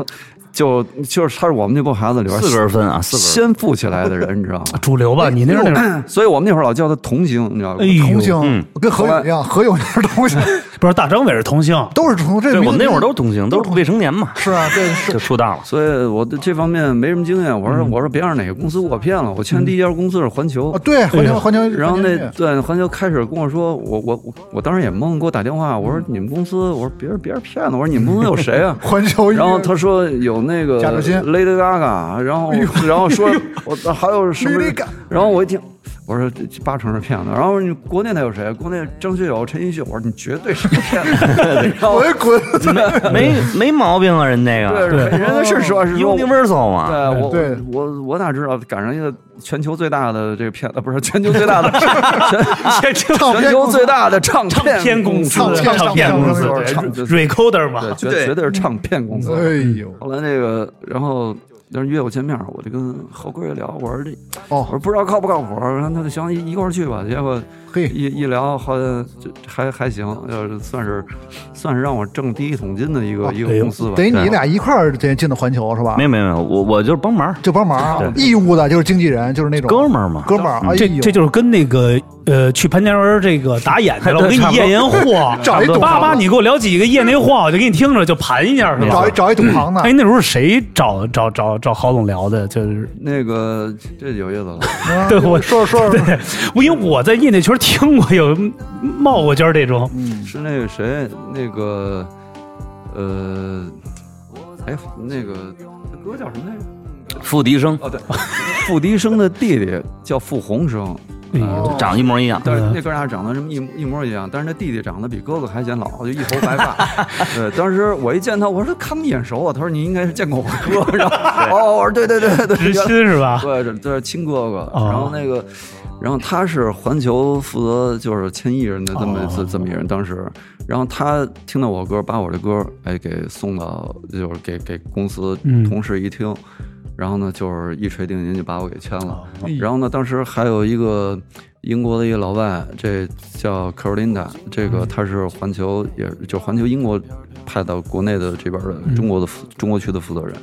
Speaker 3: 就就是他是我们那波孩子里边
Speaker 4: 四根分啊，四根
Speaker 3: 先富起来的人，你知道吗？
Speaker 2: 主流吧，你那是那种，
Speaker 3: 所以我们那会儿老叫他童星，你知道吗
Speaker 2: 哎？呦
Speaker 1: 同性，
Speaker 4: 嗯
Speaker 1: 跟何勇一样，何勇也是同性，
Speaker 2: 不是大张伟是同性，
Speaker 1: 都是同这
Speaker 4: 对，
Speaker 1: 名字
Speaker 4: 我们那会儿都是同性，都是未成年嘛，
Speaker 1: [laughs] 是啊，这
Speaker 4: [laughs]
Speaker 1: 是
Speaker 4: 就出道了。
Speaker 3: 所以我对这方面没什么经验。我说我说别让哪个公司给我骗了。我签第一家公司是环球
Speaker 1: 啊，，对环
Speaker 2: 对
Speaker 1: 球环球，
Speaker 3: 然后
Speaker 1: 环球
Speaker 3: 那
Speaker 1: 音乐？
Speaker 3: 对环球开始跟我说，我我我我当时也懵，给我打电话，我说你们公司，我说别人别人骗子，我说你们公司有谁啊
Speaker 1: 环球音乐，
Speaker 3: 然后他说有那个
Speaker 1: 哎贾志新
Speaker 3: Lady Gaga，然后然后说我还有什么
Speaker 1: Lady Gaga？
Speaker 3: 然后我一听，我说这八成是骗子。然后你国内的有谁？国内张学友、陈奕迅，我说你绝对是骗子。然后
Speaker 1: [laughs] 我也滚，
Speaker 4: 没没毛病啊，人那
Speaker 3: 对
Speaker 4: 个
Speaker 3: 人家是说是说。
Speaker 4: Universal 嘛，
Speaker 2: 啊
Speaker 3: 对我
Speaker 1: 对
Speaker 3: 我我哪知道赶上一个全球最大的这个骗啊不是全球最大的全
Speaker 1: 唱
Speaker 3: 全
Speaker 1: 片
Speaker 3: 球
Speaker 1: 公司
Speaker 3: 最大的唱
Speaker 2: [laughs] 唱片公司，
Speaker 1: 唱片
Speaker 2: 唱片公司
Speaker 1: 唱
Speaker 3: 片公司
Speaker 2: 对，recorder 嘛
Speaker 3: 对，绝绝对是唱片公司。
Speaker 1: 哎呦，
Speaker 3: 后来那个，然后但是约我见面，我就跟郝贵聊，我说这，我
Speaker 1: 哦
Speaker 3: 说不知道靠不靠谱，然后他就行一一块儿去吧。结果
Speaker 1: 嘿，
Speaker 3: 一一聊，好像就还还行，呃，算是算是让我挣第一桶金的一个、
Speaker 1: 哦
Speaker 3: 一个公司吧。
Speaker 1: 等于你俩一块儿进进的环球是吧？
Speaker 4: 没有没有没有，我我就是帮忙，
Speaker 1: 就帮忙啊，
Speaker 4: 对
Speaker 1: 义务的就是经纪人，就是那种
Speaker 4: 哥们儿嘛。
Speaker 1: 哥们儿，哎
Speaker 2: 这
Speaker 1: 呦
Speaker 2: 这就是跟那个呃去潘家园这个打眼去了，我给你验验货，
Speaker 1: 找一懂
Speaker 2: 爸爸
Speaker 1: 行的
Speaker 2: 你给我聊几个验那货，我就给你听着就盘一下是吧
Speaker 1: 找一？找一懂行的
Speaker 2: 哎，，那时候是谁找找找找郝总聊的？就是
Speaker 3: 那个这有意思了，
Speaker 1: 嗯
Speaker 2: 对我
Speaker 1: 说着说着，
Speaker 2: 对，我因为我在业内圈听过有冒过尖儿这种，
Speaker 1: 嗯，
Speaker 3: 是那个谁，那个呃，哎，那个他哥叫什么来着？
Speaker 4: 付笛声
Speaker 3: 哦，对，付笛生的弟弟叫付洪生，
Speaker 2: 哎呦
Speaker 1: 哦
Speaker 4: 长一模一样，
Speaker 2: 嗯
Speaker 3: 但是那哥俩长得这么一模一模一样，但是那弟弟长得比哥哥还显老，就一头白 [laughs] 发。对，当时我一见他，我说看不眼熟啊，他说你应该是见过我哥，然后哦，我说对对对对
Speaker 2: 知
Speaker 3: 对，
Speaker 2: 心
Speaker 3: 对
Speaker 2: 是吧？
Speaker 3: 对，这是亲哥哥。
Speaker 2: 哦
Speaker 3: 然后那个，然后他是环球负责就是签艺人的这
Speaker 2: 哦
Speaker 3: 么这这么一人，当时，然后他听到我歌，把我的歌哎给送到就是给给公司
Speaker 2: 嗯
Speaker 3: 同事一听，然后呢就是一锤定音就把我给签了。
Speaker 1: 哎呦
Speaker 3: 然后呢，当时还有一个英国的一个老外，这叫 Carolinda，这个他是环球，也就环球英国派到国内的这边的中国的负中国区的负责人，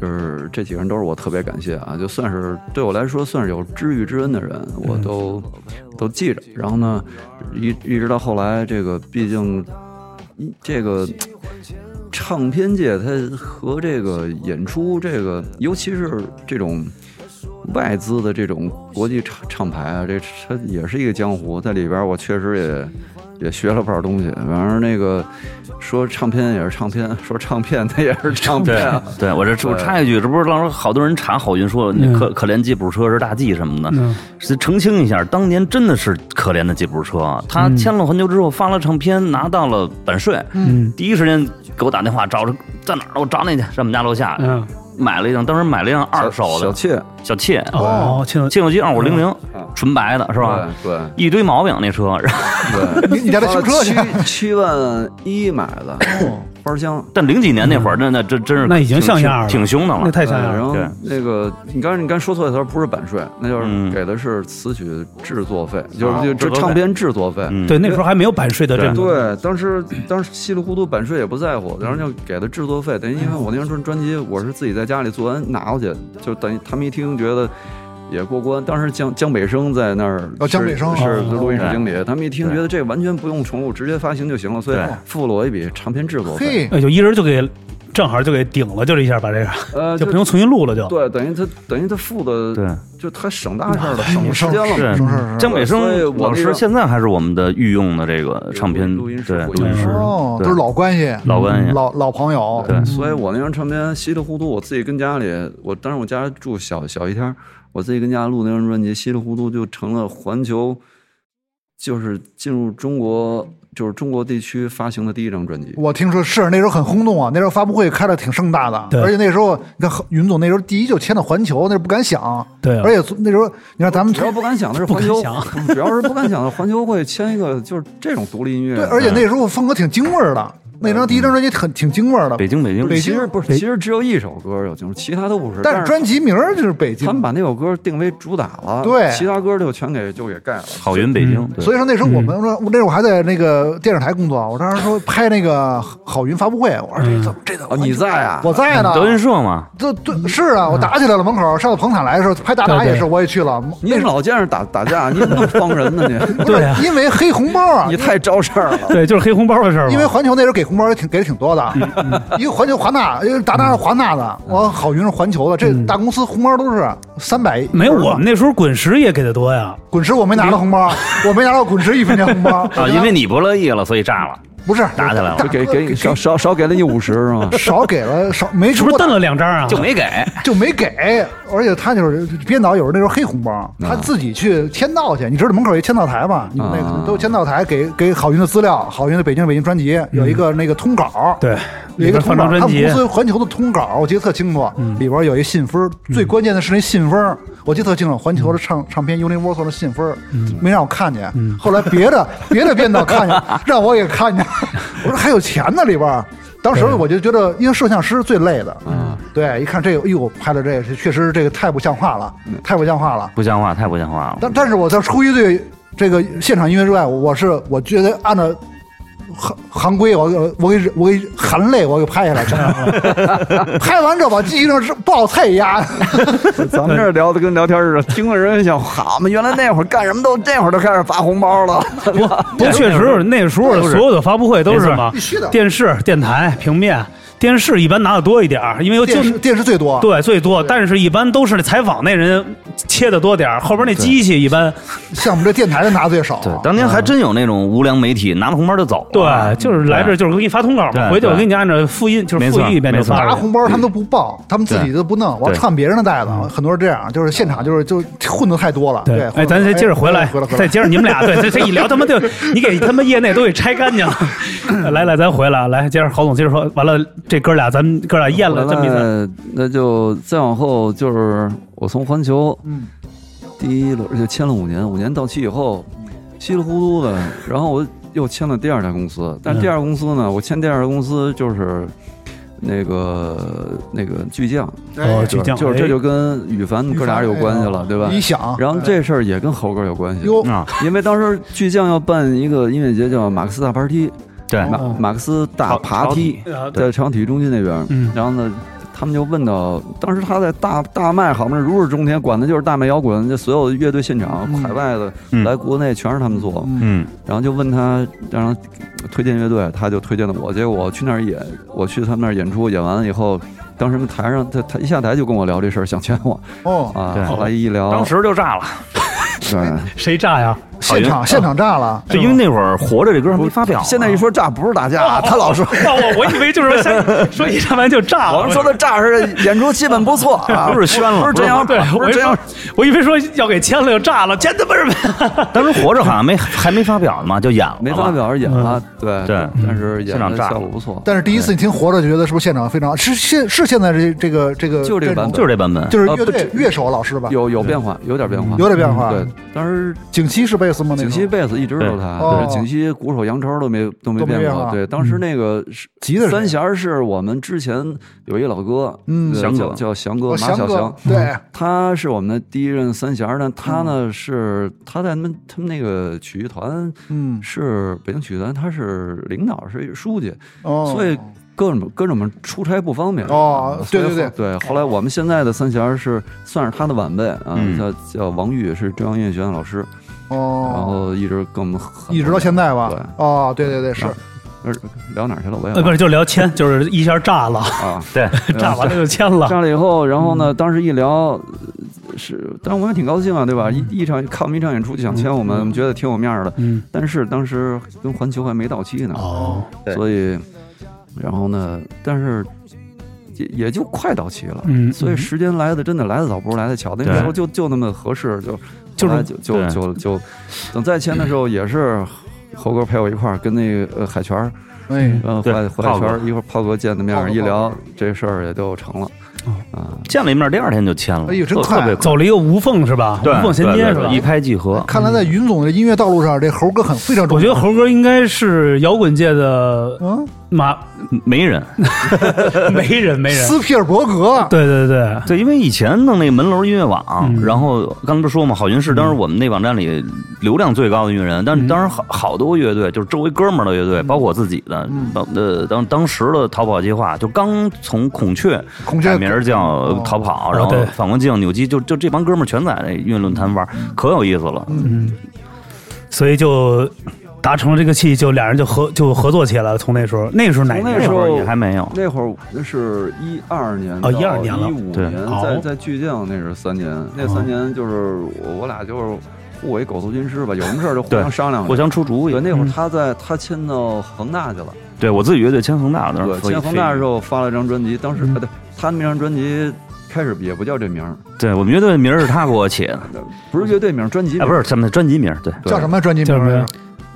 Speaker 3: 就是这几个人都是我特别感谢啊，就算是对我来说算是有知遇之恩的人，我都都记着。然后呢，一一直到后来，这个毕竟一这个唱片界，它和这个演出，这个尤其是这种外资的这种国际唱唱牌啊，这它也是一个江湖，在里边我确实也。也学了不少东西，反正那个说唱片也是唱片，说唱片它也是唱片、啊，
Speaker 4: 对我这我插一句，这不是老说好多人查好运说
Speaker 2: 嗯
Speaker 4: 那可可怜吉普车是大 G 什么的，
Speaker 2: 嗯，
Speaker 4: 是澄清一下，当年真的是可怜的吉普车啊，他
Speaker 2: 嗯
Speaker 4: 签了环球之后发了唱片，拿到了版税，
Speaker 2: 嗯
Speaker 4: 第一时间给我打电话，找着在哪儿呢？我找那去，上我们家楼下
Speaker 2: 嗯，
Speaker 4: 买了一辆，当时买了一辆二手
Speaker 3: 小
Speaker 4: 的
Speaker 3: 妾，
Speaker 4: 小妾，
Speaker 2: 哦，亲
Speaker 4: 切诺基二五零零
Speaker 3: 嗯，
Speaker 4: 纯白的是吧？
Speaker 3: 对
Speaker 4: 一堆毛病那车，然后
Speaker 3: 对对，
Speaker 1: [laughs] 你你家的修车去，哦
Speaker 3: 七七万一买的花香。
Speaker 4: 但零几年那
Speaker 3: 嗯
Speaker 4: 会儿，那那这真是
Speaker 2: 那已经
Speaker 4: 挺
Speaker 2: 像样了
Speaker 4: 挺凶的
Speaker 2: 那
Speaker 4: 了。
Speaker 2: 太像样
Speaker 3: 呃然
Speaker 2: 了，
Speaker 3: 后
Speaker 4: 对
Speaker 3: 那个，你刚才你刚说错的词儿，不是版税，那就是
Speaker 4: 嗯
Speaker 3: 给的是词曲制作费，就是
Speaker 4: 啊
Speaker 3: 就
Speaker 4: 制
Speaker 3: 就
Speaker 4: 作费
Speaker 3: 唱片制作费。
Speaker 4: 嗯
Speaker 2: 对，那时候还没有版税的这种，
Speaker 3: 对，当时当时稀里糊涂版税也不在乎，然后就给的制作费，等于因为我那张专专辑我是自己在家里做完拿回去，就等于他们一听觉得也过关。当时江江北生在那儿
Speaker 1: 哦
Speaker 3: 是，
Speaker 1: 江北生
Speaker 3: 是
Speaker 2: 哦
Speaker 3: 录音室
Speaker 4: 对
Speaker 3: 经理，他们一听
Speaker 4: 对
Speaker 3: 觉得这完全不用重录，直接发行就行了，所以
Speaker 4: 对
Speaker 3: 付了我一笔唱片制作费。
Speaker 1: 嘿，
Speaker 2: 哎，就一人就给正好就给顶了，就这一下把这个
Speaker 3: 呃，
Speaker 2: 就
Speaker 3: 就
Speaker 2: 不用重新录了，就
Speaker 3: 对，等于他等于他付
Speaker 4: 对
Speaker 3: 的，就他省大事儿
Speaker 1: [laughs] 哎
Speaker 3: 了，省时间了嘛。
Speaker 4: 是
Speaker 1: 什么事儿？
Speaker 4: 江北
Speaker 3: 所以
Speaker 4: 生
Speaker 3: 我
Speaker 4: 老
Speaker 3: 那
Speaker 4: 师
Speaker 3: 个
Speaker 4: 现在还是我们的御用的这个呃唱片
Speaker 3: 录音室嗯
Speaker 4: 对
Speaker 3: 录
Speaker 4: 录
Speaker 3: 音
Speaker 4: 音
Speaker 2: 室
Speaker 4: 室
Speaker 1: 哦，
Speaker 4: 对
Speaker 1: 都是老关系，
Speaker 4: 老关系。
Speaker 1: 老老朋友，
Speaker 4: 对
Speaker 3: 所以我那张唱片稀里糊涂，我自己跟家里，我当时我家住小小一天儿，我自己跟家录那张专辑，稀里糊涂就成了环球，就是进入中国就是中国地区发行的第一张专辑。
Speaker 1: 我听说是那时候很轰动啊，那时候发布会开的挺盛大的，
Speaker 2: 对
Speaker 1: 而且那时候你看云总那时候第一就签的环球，那时候不敢想，
Speaker 2: 对啊
Speaker 1: 而且从那时候你看咱们
Speaker 3: 主要不敢想的是
Speaker 2: 不
Speaker 3: 环
Speaker 1: [laughs]
Speaker 2: 敢
Speaker 3: 球，
Speaker 2: 想
Speaker 3: 不主要是不敢想的环球会签一个就是这种独立音乐。
Speaker 1: 对，而且那时候风格挺京味儿的，那张第一张专辑很挺京味儿的，
Speaker 4: 北京北京
Speaker 1: 北京
Speaker 3: 其实不是，其实只有一首歌有就是其他都不是。
Speaker 1: 但是
Speaker 3: 是
Speaker 1: 专辑名儿就是北京
Speaker 3: 他们把那首歌定为主打了，
Speaker 1: 对
Speaker 3: 其他歌就全给就给盖了。
Speaker 4: 好云北
Speaker 2: 嗯
Speaker 4: 京，对
Speaker 1: 所以说那时候我们说，那时候我还在那个电视台工作，我当时说拍那个好云发布会，我说这怎么这怎么
Speaker 3: 哦，你在啊？
Speaker 1: 我在呢，
Speaker 4: 德云社嘛，
Speaker 1: 这对是啊，我打起来了，门口上次彭坦来的时候拍打打
Speaker 2: 嗯对对
Speaker 1: 也是，我也去了，
Speaker 3: 你怎么老见着打打架？你怎么帮人呢？你 [laughs]
Speaker 2: 对啊，
Speaker 1: 因为黑红包啊
Speaker 3: 你。太招事儿了。
Speaker 2: 对，就是黑红包的事儿嘛。嗯
Speaker 1: 因为环球那时候给红包也挺给的挺多的，一个环球华纳，一个达达是华纳的，我好云是环球的，这大公司红包都是三百。
Speaker 2: 嗯没有我们那时候滚石也给的多呀，
Speaker 1: 滚石我没拿到红包，我没拿到滚石一分钱红包
Speaker 4: 啊，因为你不乐意了，所以炸了。
Speaker 1: 不是
Speaker 4: 打起来了
Speaker 1: 大
Speaker 3: 给给少少少给了你五十是 [laughs] 吗？
Speaker 1: 少给了少没
Speaker 2: 是不是
Speaker 1: 过
Speaker 2: 瞪了两张啊？
Speaker 4: 就
Speaker 3: [laughs]
Speaker 4: 没给，
Speaker 1: [laughs] 就没给，而且他就是编导，有时候那时候黑红包，他自己去签到去。你知道门口有一签到台吧？你们那
Speaker 3: 啊
Speaker 1: 个都签到台给给好运的资料，好运的北京北京专辑有一个那个通稿，
Speaker 2: 对
Speaker 1: 有一个通
Speaker 2: 里边放
Speaker 1: 稿，
Speaker 2: 张
Speaker 1: 他
Speaker 2: 专
Speaker 1: 们
Speaker 2: 辑嗯
Speaker 1: 公司环球的通稿，我记得特清楚，里边有一信封，最关键的是那信封，我记得特清楚，环球的
Speaker 2: 嗯
Speaker 1: 唱唱片 Universal 的信封没让我看见，后来别
Speaker 2: [laughs]
Speaker 1: 的别的编导看见，让我也看见，我说还有钱呢里边。当时我就觉得，因为摄像师最累的，
Speaker 2: 嗯
Speaker 1: 对，一看这个，哎呦，拍的这个确实这个太不像话了，
Speaker 2: 嗯
Speaker 1: 太不像话了。
Speaker 4: 不像话，太不像话了。
Speaker 1: 但但是我在出于对这个现场音乐热爱，我是我觉得按照行行规，我给我给我给含泪我给拍下来，真的 [laughs] 拍完之后把机器上是爆菜压，
Speaker 3: 咱们这儿聊的跟聊天似的，听的人想，好嘛，原来那会儿干什么都，那会儿都开始发红包
Speaker 2: [laughs]
Speaker 3: 了。
Speaker 2: 不，确实那时候的所有的发布会都是什么
Speaker 1: [laughs] 必须的？
Speaker 2: 啊电视、电台、平面，电视一般拿的多一点儿，因为就
Speaker 1: 电视电视最多，
Speaker 2: 对最多，但是一般都是那采访那人切的多点儿，后边那机器一般
Speaker 1: 像我们这电台的拿的最少。啊
Speaker 4: 对，当年还真有那种无良媒体拿了红包就走了，
Speaker 2: 对，就是来这儿就是给你发通稿嘛，
Speaker 4: 对
Speaker 2: 回去我
Speaker 4: 对
Speaker 2: 给你按照复印就是
Speaker 4: 没
Speaker 2: 复
Speaker 4: 错
Speaker 2: 印一遍就
Speaker 4: 没错
Speaker 2: 发
Speaker 1: 拿
Speaker 2: 了
Speaker 1: 红包他们都不报，他们自己都不弄，我要
Speaker 4: 对
Speaker 1: 串别人的袋子。很多人这样，就是现场就是就混的太多了。对，
Speaker 2: 嗯哎，咱
Speaker 1: 再
Speaker 2: 先接着回来
Speaker 1: 回来，回，来
Speaker 2: 再接着你们俩，对，这这一聊他妈就你给他妈业内都给拆干净了。来来，咱回来，来接着郝总接着说，完了这哥俩咱们哥俩咽了这么一顿，
Speaker 3: 那那就再往后就是我从环球，
Speaker 1: 嗯，
Speaker 3: 第一轮就签了五年，五年到期以后，稀里糊涂的，然后我又签了第二家公司，但是第二公司呢，我签第二家公司就是那个那个巨匠，
Speaker 2: 哦，
Speaker 1: 哎
Speaker 2: 巨匠，
Speaker 3: 就是这
Speaker 2: 哎
Speaker 3: 就跟羽凡哥俩有关系了，对吧
Speaker 1: 你？想，
Speaker 3: 然后这事儿也跟猴哥有关系，
Speaker 1: 哎
Speaker 2: 嗯
Speaker 1: 哟，
Speaker 4: 啊，
Speaker 3: 因为当时巨匠要办一个音乐节叫马克思大爬梯，
Speaker 4: 对，
Speaker 3: 马马克思大爬梯，
Speaker 2: 啊对
Speaker 3: 在朝阳体育中心那边。
Speaker 2: 嗯
Speaker 3: 然后呢，他们就问到，当时他在大大麦好嘛，如日中天，管的就是大麦摇滚，这所有乐队现场、海外的、
Speaker 4: 嗯
Speaker 3: 来国内全是他们做。
Speaker 4: 嗯，
Speaker 3: 然后就问他，让他推荐乐队，他就推荐了我。结果我去那儿演，我去他们那儿演出，演完了以后，当时台上他他一下台就跟我聊这事儿，想签我
Speaker 1: 哦，
Speaker 3: 啊
Speaker 4: 对。
Speaker 3: 后来一聊，
Speaker 4: 当时就炸了，
Speaker 3: 对。
Speaker 2: 谁炸呀？啊
Speaker 1: 现场现场炸了，
Speaker 4: 就因为那会儿活着这歌还没发表呢，啊
Speaker 3: 现在一说炸不是打架，他老说。
Speaker 2: [laughs] 那我我以为就是说先说一上完就炸了，
Speaker 3: 我们说的炸是演出气氛不
Speaker 4: [laughs]
Speaker 3: 错啊，
Speaker 4: 不是宣了
Speaker 3: 不是真阳，
Speaker 2: 对，
Speaker 3: 不
Speaker 2: 我
Speaker 3: 是
Speaker 2: 以
Speaker 3: 真
Speaker 2: 为
Speaker 3: 阳
Speaker 2: 说，我以为说要给签了就炸了，签他妈什么？
Speaker 4: 当时活着好像没还没发表呢嘛，就演了，
Speaker 3: 没发，表而演了，对
Speaker 4: 嗯对
Speaker 3: 但是演
Speaker 4: 现场
Speaker 3: 的
Speaker 4: 炸
Speaker 3: 效果不错。
Speaker 1: 但是第一次你听活着，就觉得是不是现场非常是现是现在这这个这个
Speaker 3: 就这个版本
Speaker 4: 就是这版本，
Speaker 1: 就是
Speaker 3: 呃
Speaker 1: 乐
Speaker 3: 不
Speaker 1: 队
Speaker 3: 止
Speaker 1: 乐手老师吧，
Speaker 3: 有有变化，有点
Speaker 4: 嗯
Speaker 3: 变化，嗯
Speaker 1: 有点变化。
Speaker 3: 对。当时
Speaker 1: 景熙是贝斯吗？那
Speaker 3: 景
Speaker 1: 个
Speaker 3: 熙贝斯一直都是他，
Speaker 1: 对
Speaker 3: 对，
Speaker 1: 哦
Speaker 3: 景熙鼓手杨超都没都没
Speaker 1: 都没
Speaker 3: 变
Speaker 1: 变
Speaker 3: 过。
Speaker 1: 化
Speaker 3: 对，当时那个是
Speaker 1: 吉的
Speaker 3: 三弦是我们之前有一老哥，
Speaker 1: 嗯
Speaker 3: 对
Speaker 4: 翔哥
Speaker 3: 叫叫翔哥
Speaker 1: 哦
Speaker 3: 马小
Speaker 1: 哥
Speaker 3: 翔，，
Speaker 1: 对，
Speaker 3: 他是我们的第一任三弦儿，但他呢是他在他们他们那个曲艺团
Speaker 1: 嗯，
Speaker 3: 是北京曲艺团，他是领导是书记，
Speaker 1: 哦，
Speaker 3: 所以各种各种出差不方便。啊
Speaker 1: 哦对对
Speaker 3: 所以后对。后来我们现在的三弦儿是算是他的晚辈啊，
Speaker 4: 嗯
Speaker 3: 叫叫王玉，是中央音乐学院老师，然
Speaker 1: 哦，
Speaker 3: 后一直跟我们很
Speaker 1: 一直到现在吧
Speaker 3: 对。
Speaker 1: 哦，对对对，是
Speaker 3: 呃聊哪儿去了？我
Speaker 2: [laughs]
Speaker 3: 也
Speaker 2: 呃，
Speaker 3: 忘
Speaker 2: 不
Speaker 3: 了
Speaker 2: 是，就聊签，就是一下炸
Speaker 3: [laughs]
Speaker 2: 了，
Speaker 3: 啊。
Speaker 4: 对，
Speaker 2: 炸完了就签了。
Speaker 3: 上了以后，然后呢，当时一聊，呃是，当时我们挺高兴啊，对吧？一一场看我们一场演出就想签我们，我们觉得挺有面儿的。
Speaker 2: 嗯，
Speaker 3: 但是当时跟环球还没到期呢，
Speaker 2: 哦，
Speaker 4: 对
Speaker 3: 所以，然后呢，但是也也就快到期了，
Speaker 2: 嗯
Speaker 3: 所以
Speaker 2: 嗯
Speaker 3: 时间来的真的来的早，不如来的巧。那
Speaker 4: 对
Speaker 3: 时候就就那么合适，就
Speaker 2: 就是
Speaker 3: 后来就就
Speaker 4: 对
Speaker 3: 就就等再签的时候也是猴哥陪我一块儿跟那个、呃、海泉儿，
Speaker 1: 哎，
Speaker 3: 嗯，
Speaker 4: 对
Speaker 3: 海海
Speaker 4: 炮哥
Speaker 3: 泉儿一会儿炮哥见的面
Speaker 1: 炮
Speaker 3: 儿
Speaker 1: 哥
Speaker 3: 一
Speaker 1: 炮哥
Speaker 3: 聊，这事儿也就成了。哦啊
Speaker 4: 见了一面，第二天就签了，
Speaker 1: 哎呦真
Speaker 4: 特
Speaker 1: 快啊
Speaker 4: 特别快，
Speaker 2: 走了一个无缝是吧？
Speaker 4: 对
Speaker 2: 无缝衔
Speaker 4: 对
Speaker 2: 接
Speaker 4: 对
Speaker 2: 是吧
Speaker 4: 对？一拍即合。
Speaker 1: 哎看来在云总的音乐道路上，这猴哥很非常重要。
Speaker 2: 我觉得猴哥应该是摇滚界的
Speaker 1: 嗯，
Speaker 3: [laughs]
Speaker 2: 马
Speaker 4: 没人，
Speaker 2: 媒人，媒人。
Speaker 1: 斯皮尔伯格，
Speaker 2: 对对对，
Speaker 4: 对，因为以前弄那个门楼音乐网，
Speaker 2: 嗯
Speaker 4: 然后刚才不是说嘛，好云是当时我们那网站里流量最高的音乐人，但是当时好好多乐队，就是周围哥们儿的乐队，包括我自己的，当呃当当时的逃跑计划，就刚从孔雀
Speaker 1: 孔雀
Speaker 4: 改名儿叫
Speaker 1: 哦
Speaker 4: 逃跑，
Speaker 2: 哦
Speaker 4: 然后
Speaker 2: 对
Speaker 4: 反光镜、扭机，就就这帮哥们儿全在那音乐论坛玩，可有意思了。
Speaker 2: 所以就达成了这个契机，就俩人就合就合作起来了。从那时候，那时候哪
Speaker 3: 从
Speaker 2: 年
Speaker 3: 那
Speaker 4: 那
Speaker 3: 时
Speaker 4: 会
Speaker 3: 候
Speaker 4: 儿也还没有，
Speaker 3: 那会儿那是一二年
Speaker 2: 哦12年了
Speaker 3: 一五
Speaker 4: 对哦
Speaker 3: 年
Speaker 2: 哦
Speaker 3: 在在巨匠那是三年，那三年就是我我俩就是互为狗头军师吧，有什么事儿就互
Speaker 4: 对
Speaker 3: 相商量。
Speaker 4: 互相出主意
Speaker 3: 对，。那会儿
Speaker 2: 嗯
Speaker 3: 他在他签到恒大去了，
Speaker 4: 对我自己乐队签恒大的时候
Speaker 3: 对，
Speaker 4: 所以，
Speaker 3: 签恒大的时候发了张专辑，当时
Speaker 2: 嗯
Speaker 3: 啊对，他那张专辑开始也不叫这名儿，
Speaker 4: 对我们乐队名儿是他给我起的，
Speaker 3: 不是乐队名儿，专辑名
Speaker 4: 哎，
Speaker 3: 儿
Speaker 4: 不是他们的专辑名儿，对，
Speaker 3: 对
Speaker 1: 叫什么专辑名
Speaker 2: 叫什么
Speaker 1: 儿
Speaker 2: 呀？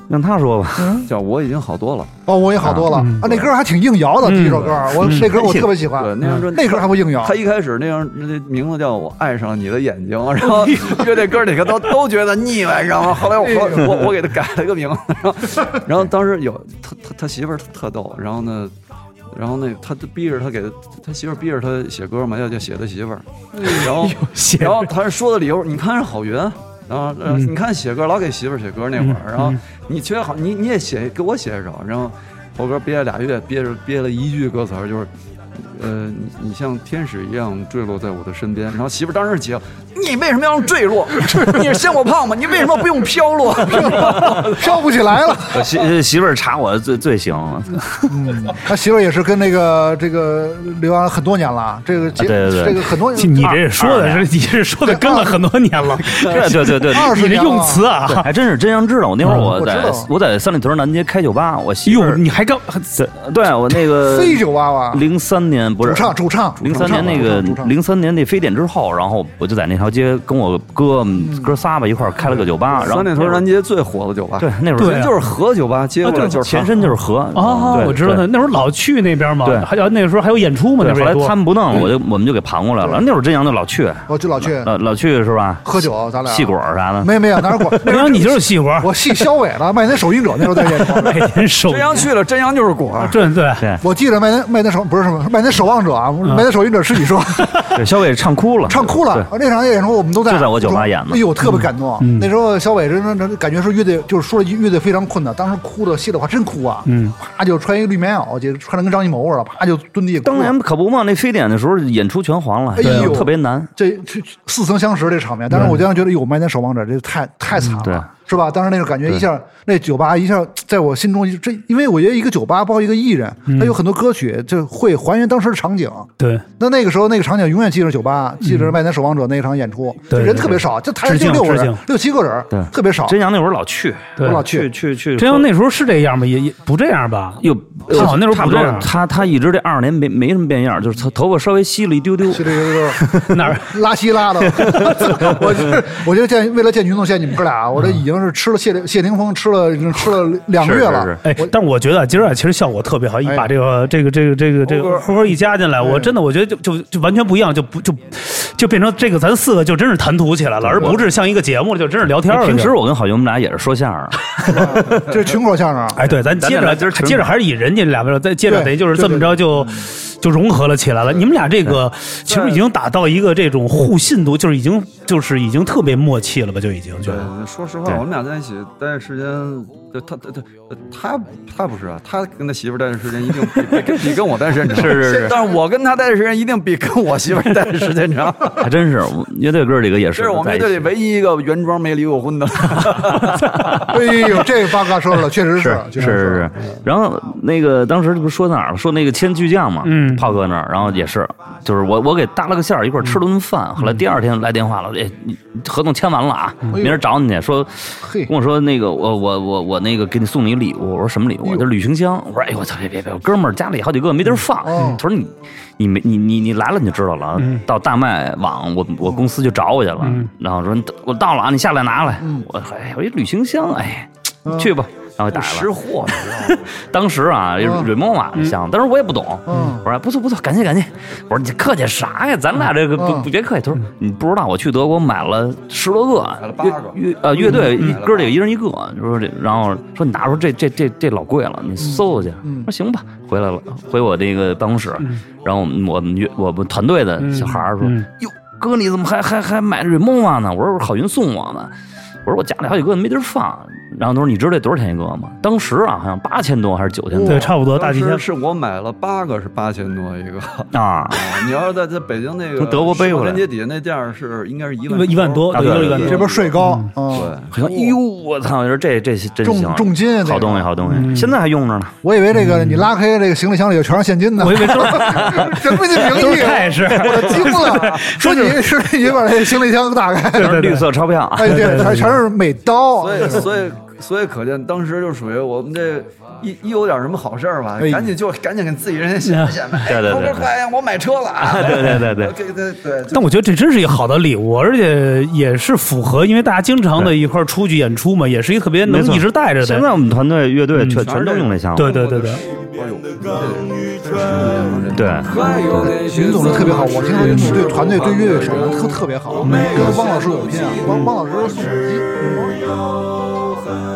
Speaker 4: 让他说吧。
Speaker 3: 叫我已经好多了。
Speaker 1: 哦，我也好多了
Speaker 2: 嗯
Speaker 1: 啊，那歌还挺硬摇的，
Speaker 2: 嗯
Speaker 1: 第一首歌，我
Speaker 2: 嗯
Speaker 1: 那歌我特别喜
Speaker 4: 啊
Speaker 3: 对，
Speaker 1: 欢，
Speaker 3: 那张专
Speaker 1: 那歌还不硬摇
Speaker 3: 他。一开始那样，那名字叫我爱上了你的眼睛，然后乐队哥几个都都觉得腻歪，然后后 [laughs] 来我我我我给他改了个名 [laughs] 字，然后然后当时有他他他媳妇儿特逗，然后呢，然后那他逼着他给他他媳妇儿逼着他写歌嘛，要要写他媳妇儿，然后
Speaker 2: 写
Speaker 3: 然后他说的理由，你看是郝云。然后，然后你看写歌老给媳妇儿写歌那会儿，然后你缺好，你你也写给我写一首，然后猴哥憋了俩月，憋着憋了一句歌词儿就是呃，你你像天使一样坠落在我的身边。 [laughs] 然后媳妇儿当时急了，你为什么要让坠落？ [laughs] 你是嫌我胖吗？你为什么不用飘落？ [laughs]
Speaker 1: 飘不起来了。
Speaker 4: 我媳呃媳妇儿查我最
Speaker 1: [laughs]
Speaker 4: 最行，
Speaker 1: 他媳妇儿也是跟那个这个刘洋很多年了，这个结
Speaker 4: 啊对对对
Speaker 1: 这个很多
Speaker 2: 你这说的
Speaker 4: 二二
Speaker 2: 是你这说的跟了很多年
Speaker 3: [laughs]
Speaker 2: 了，
Speaker 4: 对对对对，
Speaker 1: 二十
Speaker 2: 你这
Speaker 1: 年了
Speaker 2: 用词啊，
Speaker 4: 还真是真相知道。我那会儿
Speaker 2: 嗯
Speaker 4: 我
Speaker 1: 我
Speaker 4: 在
Speaker 1: 知道
Speaker 4: 我在三里屯南街开酒吧，我媳妇
Speaker 2: 哟，
Speaker 4: 儿
Speaker 2: 你还刚
Speaker 4: 对对我那
Speaker 1: [laughs]
Speaker 4: 个
Speaker 1: 非九娃娃
Speaker 4: 零三年不
Speaker 1: 主
Speaker 4: 是
Speaker 1: 唱主唱主
Speaker 4: 零
Speaker 1: 唱
Speaker 4: 三年那
Speaker 1: 主
Speaker 4: 个
Speaker 1: 唱主唱
Speaker 4: 零三年那非典之后，然后我就在那条街跟我哥
Speaker 1: 嗯
Speaker 4: 哥仨吧一块儿开了个酒吧，然后
Speaker 3: 三里屯南
Speaker 4: 街
Speaker 3: 街最火的酒吧，
Speaker 4: 对那会
Speaker 2: 对啊
Speaker 4: 儿
Speaker 3: 人就是河酒吧，接过来就是
Speaker 4: 前身就是河
Speaker 2: 哦，
Speaker 4: 对
Speaker 2: 我知道那
Speaker 4: 对
Speaker 2: 那时候老去那边嘛
Speaker 4: 对，
Speaker 2: 还有那时候还有演出嘛，
Speaker 4: 对
Speaker 2: 那
Speaker 4: 后
Speaker 2: 边也
Speaker 4: 来
Speaker 2: 多
Speaker 4: 他们不弄，我就
Speaker 1: 嗯
Speaker 4: 我们就给盘过来了。那会儿真阳就老去，
Speaker 1: 我就老去
Speaker 4: 老老去是吧？
Speaker 1: 喝酒，咱俩
Speaker 4: 戏啊果儿啥的，
Speaker 1: 没有没有哪儿
Speaker 4: [laughs]
Speaker 1: 果？
Speaker 2: 我想你就是戏活儿，
Speaker 1: 我戏肖伟了，麦田手印者那时候在演出。
Speaker 4: [laughs]
Speaker 2: 麦田手
Speaker 3: 真阳去了，真阳就是果。
Speaker 2: 对对，
Speaker 4: 对
Speaker 1: 我记得麦田麦田守不是什么麦田守望者啊，麦田守印者是你说
Speaker 4: 对，小伟唱哭了，
Speaker 1: 唱哭了
Speaker 4: 对。
Speaker 1: 那场演出我们都在，
Speaker 4: 就在我酒吧演的嗯
Speaker 1: 哎呦，我特别感动。那时候小伟真的真的感觉是乐队，就是说了乐队非常困难，当时哭的谢的话真哭啊，
Speaker 2: 嗯，
Speaker 1: 啪就穿一绿棉袄，就穿的跟张艺谋似的，啪就蹲地哭。
Speaker 4: 当年可不嘛，那非典的时候演出全黄了，
Speaker 1: 哎呦
Speaker 4: 对特别难。
Speaker 1: 这这似曾相识这场面，但是我当时觉得，哟，麦田守望者这太太惨
Speaker 2: 嗯
Speaker 1: 了，
Speaker 4: 对
Speaker 1: 是吧？当时那种感觉一下，那酒吧一下在我心中，这因为我觉得一个酒吧包括一个艺人，
Speaker 2: 嗯
Speaker 1: 他有很多歌曲就会还原当时的场景。
Speaker 2: 对，
Speaker 1: 那那个时候那个场景永远记着酒吧，记着麦田守望者那一场演出，
Speaker 2: 嗯对对
Speaker 1: 人特别少，就台上
Speaker 2: 致
Speaker 1: 就
Speaker 2: 敬
Speaker 1: 六个
Speaker 2: 致
Speaker 1: 人
Speaker 2: 敬，
Speaker 1: 六七个人，
Speaker 4: 对
Speaker 1: 特别少。
Speaker 4: 真阳那会儿老去，
Speaker 2: 对
Speaker 1: 我老
Speaker 4: 去
Speaker 1: 去，
Speaker 4: 去去。
Speaker 2: 真阳那时候是这样吗？也也不这样吧？
Speaker 4: 哟，
Speaker 2: 他好像那时候
Speaker 4: 差
Speaker 2: 不
Speaker 4: 不
Speaker 2: 这
Speaker 4: 多
Speaker 2: 样。
Speaker 4: 他他一直这二十年没没什么变样，就是他头发稍微稀了一丢丢。
Speaker 1: 这这这
Speaker 2: [laughs] 哪儿？
Speaker 1: 拉稀拉的，我就是我就见为了见群众，见你们哥俩，我这已经是吃了谢谢霆锋吃了吃了两个月了，
Speaker 4: 是是是
Speaker 2: 哎，但我觉得啊今儿啊，其实效果特别好，一
Speaker 1: 哎
Speaker 2: 把这个这个这个这个这个呼呼一加进来，
Speaker 4: 哎
Speaker 2: 我真的我觉得就就就完全不一样，就不就就变成这个咱四个就真是谈吐起来了，而不是像一个节目了，就真是聊天了。
Speaker 4: 平
Speaker 2: 就
Speaker 4: 时我跟郝云我们俩也是说相声，
Speaker 1: [laughs] 这是群口相声。
Speaker 2: 哎，对，咱接
Speaker 4: 咱俩
Speaker 2: 着
Speaker 4: 今儿全
Speaker 2: 接着还是以人家俩为了，再接着
Speaker 1: 对
Speaker 2: 得就是这么着就就融合了起来了。你们俩这个其实已经达到一个这种互信度，就是已经就是已经特别默契了吧，就已经觉
Speaker 3: 对
Speaker 2: 得，
Speaker 3: 说实话，
Speaker 4: 对
Speaker 3: 我们俩在一起待的时间，对他他他他他不是啊，他跟他媳妇儿待的时间一定 [laughs] 比比跟比跟我待的时间长。
Speaker 4: 是是是
Speaker 3: [laughs] 但是我跟他待的时间一定比跟我媳妇儿待的时间长。
Speaker 4: 还真 [laughs] 是我乐队哥几个也是
Speaker 3: [laughs] 这是我们
Speaker 4: 在一
Speaker 3: 乐队里
Speaker 4: 起。
Speaker 3: 唯一一个原装没离过婚的。
Speaker 1: 哎呦，这八嘎 [laughs] 说了，确实是，确
Speaker 4: 是是
Speaker 1: 实
Speaker 4: 是，然后那个当时不是说哪儿了？说那个签巨匠嘛，
Speaker 2: 嗯
Speaker 4: 炮哥那儿，然后也是，就是我我给搭了个线儿，一块儿吃了顿饭。后来第二天来电话了，哎，你合同签完了啊，明儿找你去。说
Speaker 1: 嘿
Speaker 4: 跟我说那个我我我我那个给你送你礼物，我说什么礼物？我啊这旅行箱。我说哎呦我操别别别，我哥们儿家里好几个没地儿放。
Speaker 1: 哦嗯
Speaker 4: 他说你你没你你你来了你就知道了啊。到大麦网我我公司就找我去了，
Speaker 1: 嗯
Speaker 4: 然后说你我到了啊，你下来拿来。我说哎我一旅行箱哎。去吧，然后打
Speaker 3: 识
Speaker 4: 了。
Speaker 3: 货呢，
Speaker 4: [laughs] 当时啊，
Speaker 1: 嗯
Speaker 4: 瑞梦瓦的箱，当时我也不懂，我说不错不错，感谢感谢。我说你客气啥呀？咱俩这个不
Speaker 1: 嗯
Speaker 4: 不别客气。他说你不知道，我去德国买了十多个，
Speaker 3: 买了八个
Speaker 4: 乐乐呃乐
Speaker 1: 嗯
Speaker 4: 队一
Speaker 3: 买了
Speaker 4: 哥儿
Speaker 3: 八
Speaker 4: 几个一人一个，说这然后说你拿出这这这这老贵了，
Speaker 1: 嗯
Speaker 4: 你搜搜去。我说行吧，回来了，回我那个办公室，
Speaker 1: 嗯
Speaker 4: 然后我们我们乐我们团队的小孩儿说
Speaker 2: 嗯
Speaker 4: 哟。哥，你怎么还还还买瑞梦啊呢？我说郝云送我呢，我说我家里好几个没地儿放。然后他说你知道这多少钱一个吗？当时啊，好像八千多还是九千多
Speaker 2: 对，差不多大
Speaker 3: 当
Speaker 2: 几千
Speaker 3: 时。是我买了八个，是八千多
Speaker 4: [laughs]
Speaker 3: 一个。
Speaker 4: 啊。
Speaker 3: 你要是在在北京那个
Speaker 4: 从德国背回来
Speaker 3: 街底下那店儿是应该是一
Speaker 2: 一万
Speaker 3: 万
Speaker 2: 一万多
Speaker 3: 啊
Speaker 4: 对
Speaker 3: 对
Speaker 4: 一万
Speaker 3: 对
Speaker 4: 多
Speaker 1: 这边税高，嗯，
Speaker 3: 对，
Speaker 4: 好像，哎呦，我操！我说这这真
Speaker 1: 重
Speaker 4: 行，
Speaker 1: 重金啊这个
Speaker 4: 好东西，好东西，现在还用着呢。
Speaker 1: 我以为这个你拉开这个行李箱里就全是现金呢，
Speaker 2: 我以
Speaker 1: [laughs]
Speaker 2: 为都是
Speaker 1: 人民的名
Speaker 2: 都
Speaker 1: 义
Speaker 2: 是，泰式，
Speaker 1: 我惊了，说你是你把这行李箱打开，
Speaker 4: 全是绿色钞票，
Speaker 1: 哎，对，全全是美刀，哎
Speaker 3: 所以所以所以可见当时就属于我们这一一有点什么好事儿吧
Speaker 1: 哎，
Speaker 3: 赶紧就赶紧给自己人家显摆显摆，
Speaker 4: [laughs] 对对对
Speaker 3: 哎头哥快，我买车了啊，
Speaker 4: 对对对对
Speaker 3: 我给对对，
Speaker 2: [laughs] 但我觉得这真是一个好的礼物，而且也是符合，因为大家经常的一块儿出去演出嘛，也是一个特别能
Speaker 4: 没错
Speaker 2: 一直带着
Speaker 4: 现
Speaker 2: 的。
Speaker 4: 在我们团队乐队全
Speaker 3: 全
Speaker 4: 全
Speaker 3: 是
Speaker 4: 都
Speaker 3: 这
Speaker 4: 用
Speaker 3: 个
Speaker 4: 这项目。
Speaker 2: 嗯对对对对，
Speaker 3: 哎呦，
Speaker 4: 对，
Speaker 1: 云总是特别好，我听说云总对团队、对乐队什么特特别好，跟汪老师有拼啊，汪汪老师送手机。
Speaker 5: 有恨。